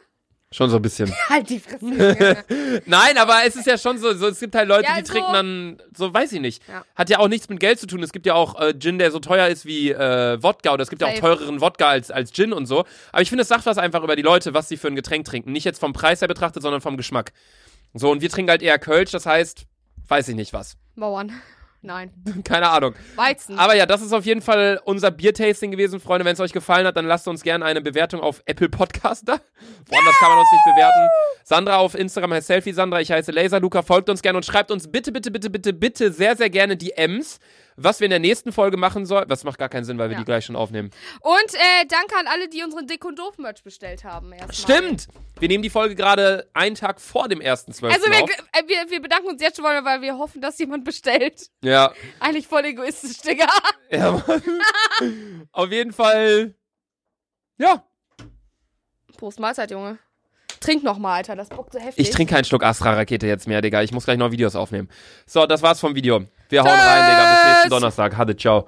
schon so ein bisschen.
Halt die Fresse. Junge.
Nein, aber es ist ja schon so, so es gibt halt Leute,
Ja,
die
so-
trinken dann, so weiß ich nicht.
Ja.
Hat ja auch nichts mit Geld zu tun. Es gibt ja auch äh, Gin, der so teuer ist wie äh, Wodka oder es gibt ja auch
Safe.
teureren Wodka als, als Gin und so. Aber ich finde, es sagt was einfach über die Leute, was sie für ein Getränk trinken. Nicht jetzt vom Preis her betrachtet, sondern vom Geschmack. So, und wir trinken halt eher Kölsch, das heißt, weiß ich nicht was.
Bauern. Nein.
Keine Ahnung.
Weizen.
Aber ja, das ist auf jeden Fall unser Biertasting gewesen, Freunde. Wenn es euch gefallen hat, dann lasst uns gerne eine Bewertung auf Apple Podcast da. Woanders kann man uns nicht bewerten. Sandra auf Instagram heißt Selfie Sandra, ich heiße Laserluca. Folgt uns gerne und schreibt uns bitte, bitte, bitte, bitte, bitte sehr, sehr gerne die M's, was wir in der nächsten Folge machen sollen. Das macht gar keinen Sinn, weil wir
Ja.
die gleich schon aufnehmen.
Und äh, danke an alle, die unseren Dick- und Doof-Merch bestellt haben. Erstmal.
Stimmt! Wir nehmen die Folge gerade einen Tag vor dem 1.12.
Also wir,
auf.
äh, wir, wir bedanken uns jetzt schon mal, weil wir hoffen, dass jemand bestellt.
Ja.
Eigentlich voll egoistisch, Digga.
ja Mann. auf jeden Fall. Ja.
Prost Mahlzeit, Junge. Trink noch mal, Alter. Das bockt so heftig.
Ich trinke keinen Schluck Astra-Rakete jetzt mehr, Digga. Ich muss gleich noch Videos aufnehmen. So, das war's vom Video. Wir hauen rein, Digga. Bis nächsten Donnerstag. Hatte, ciao.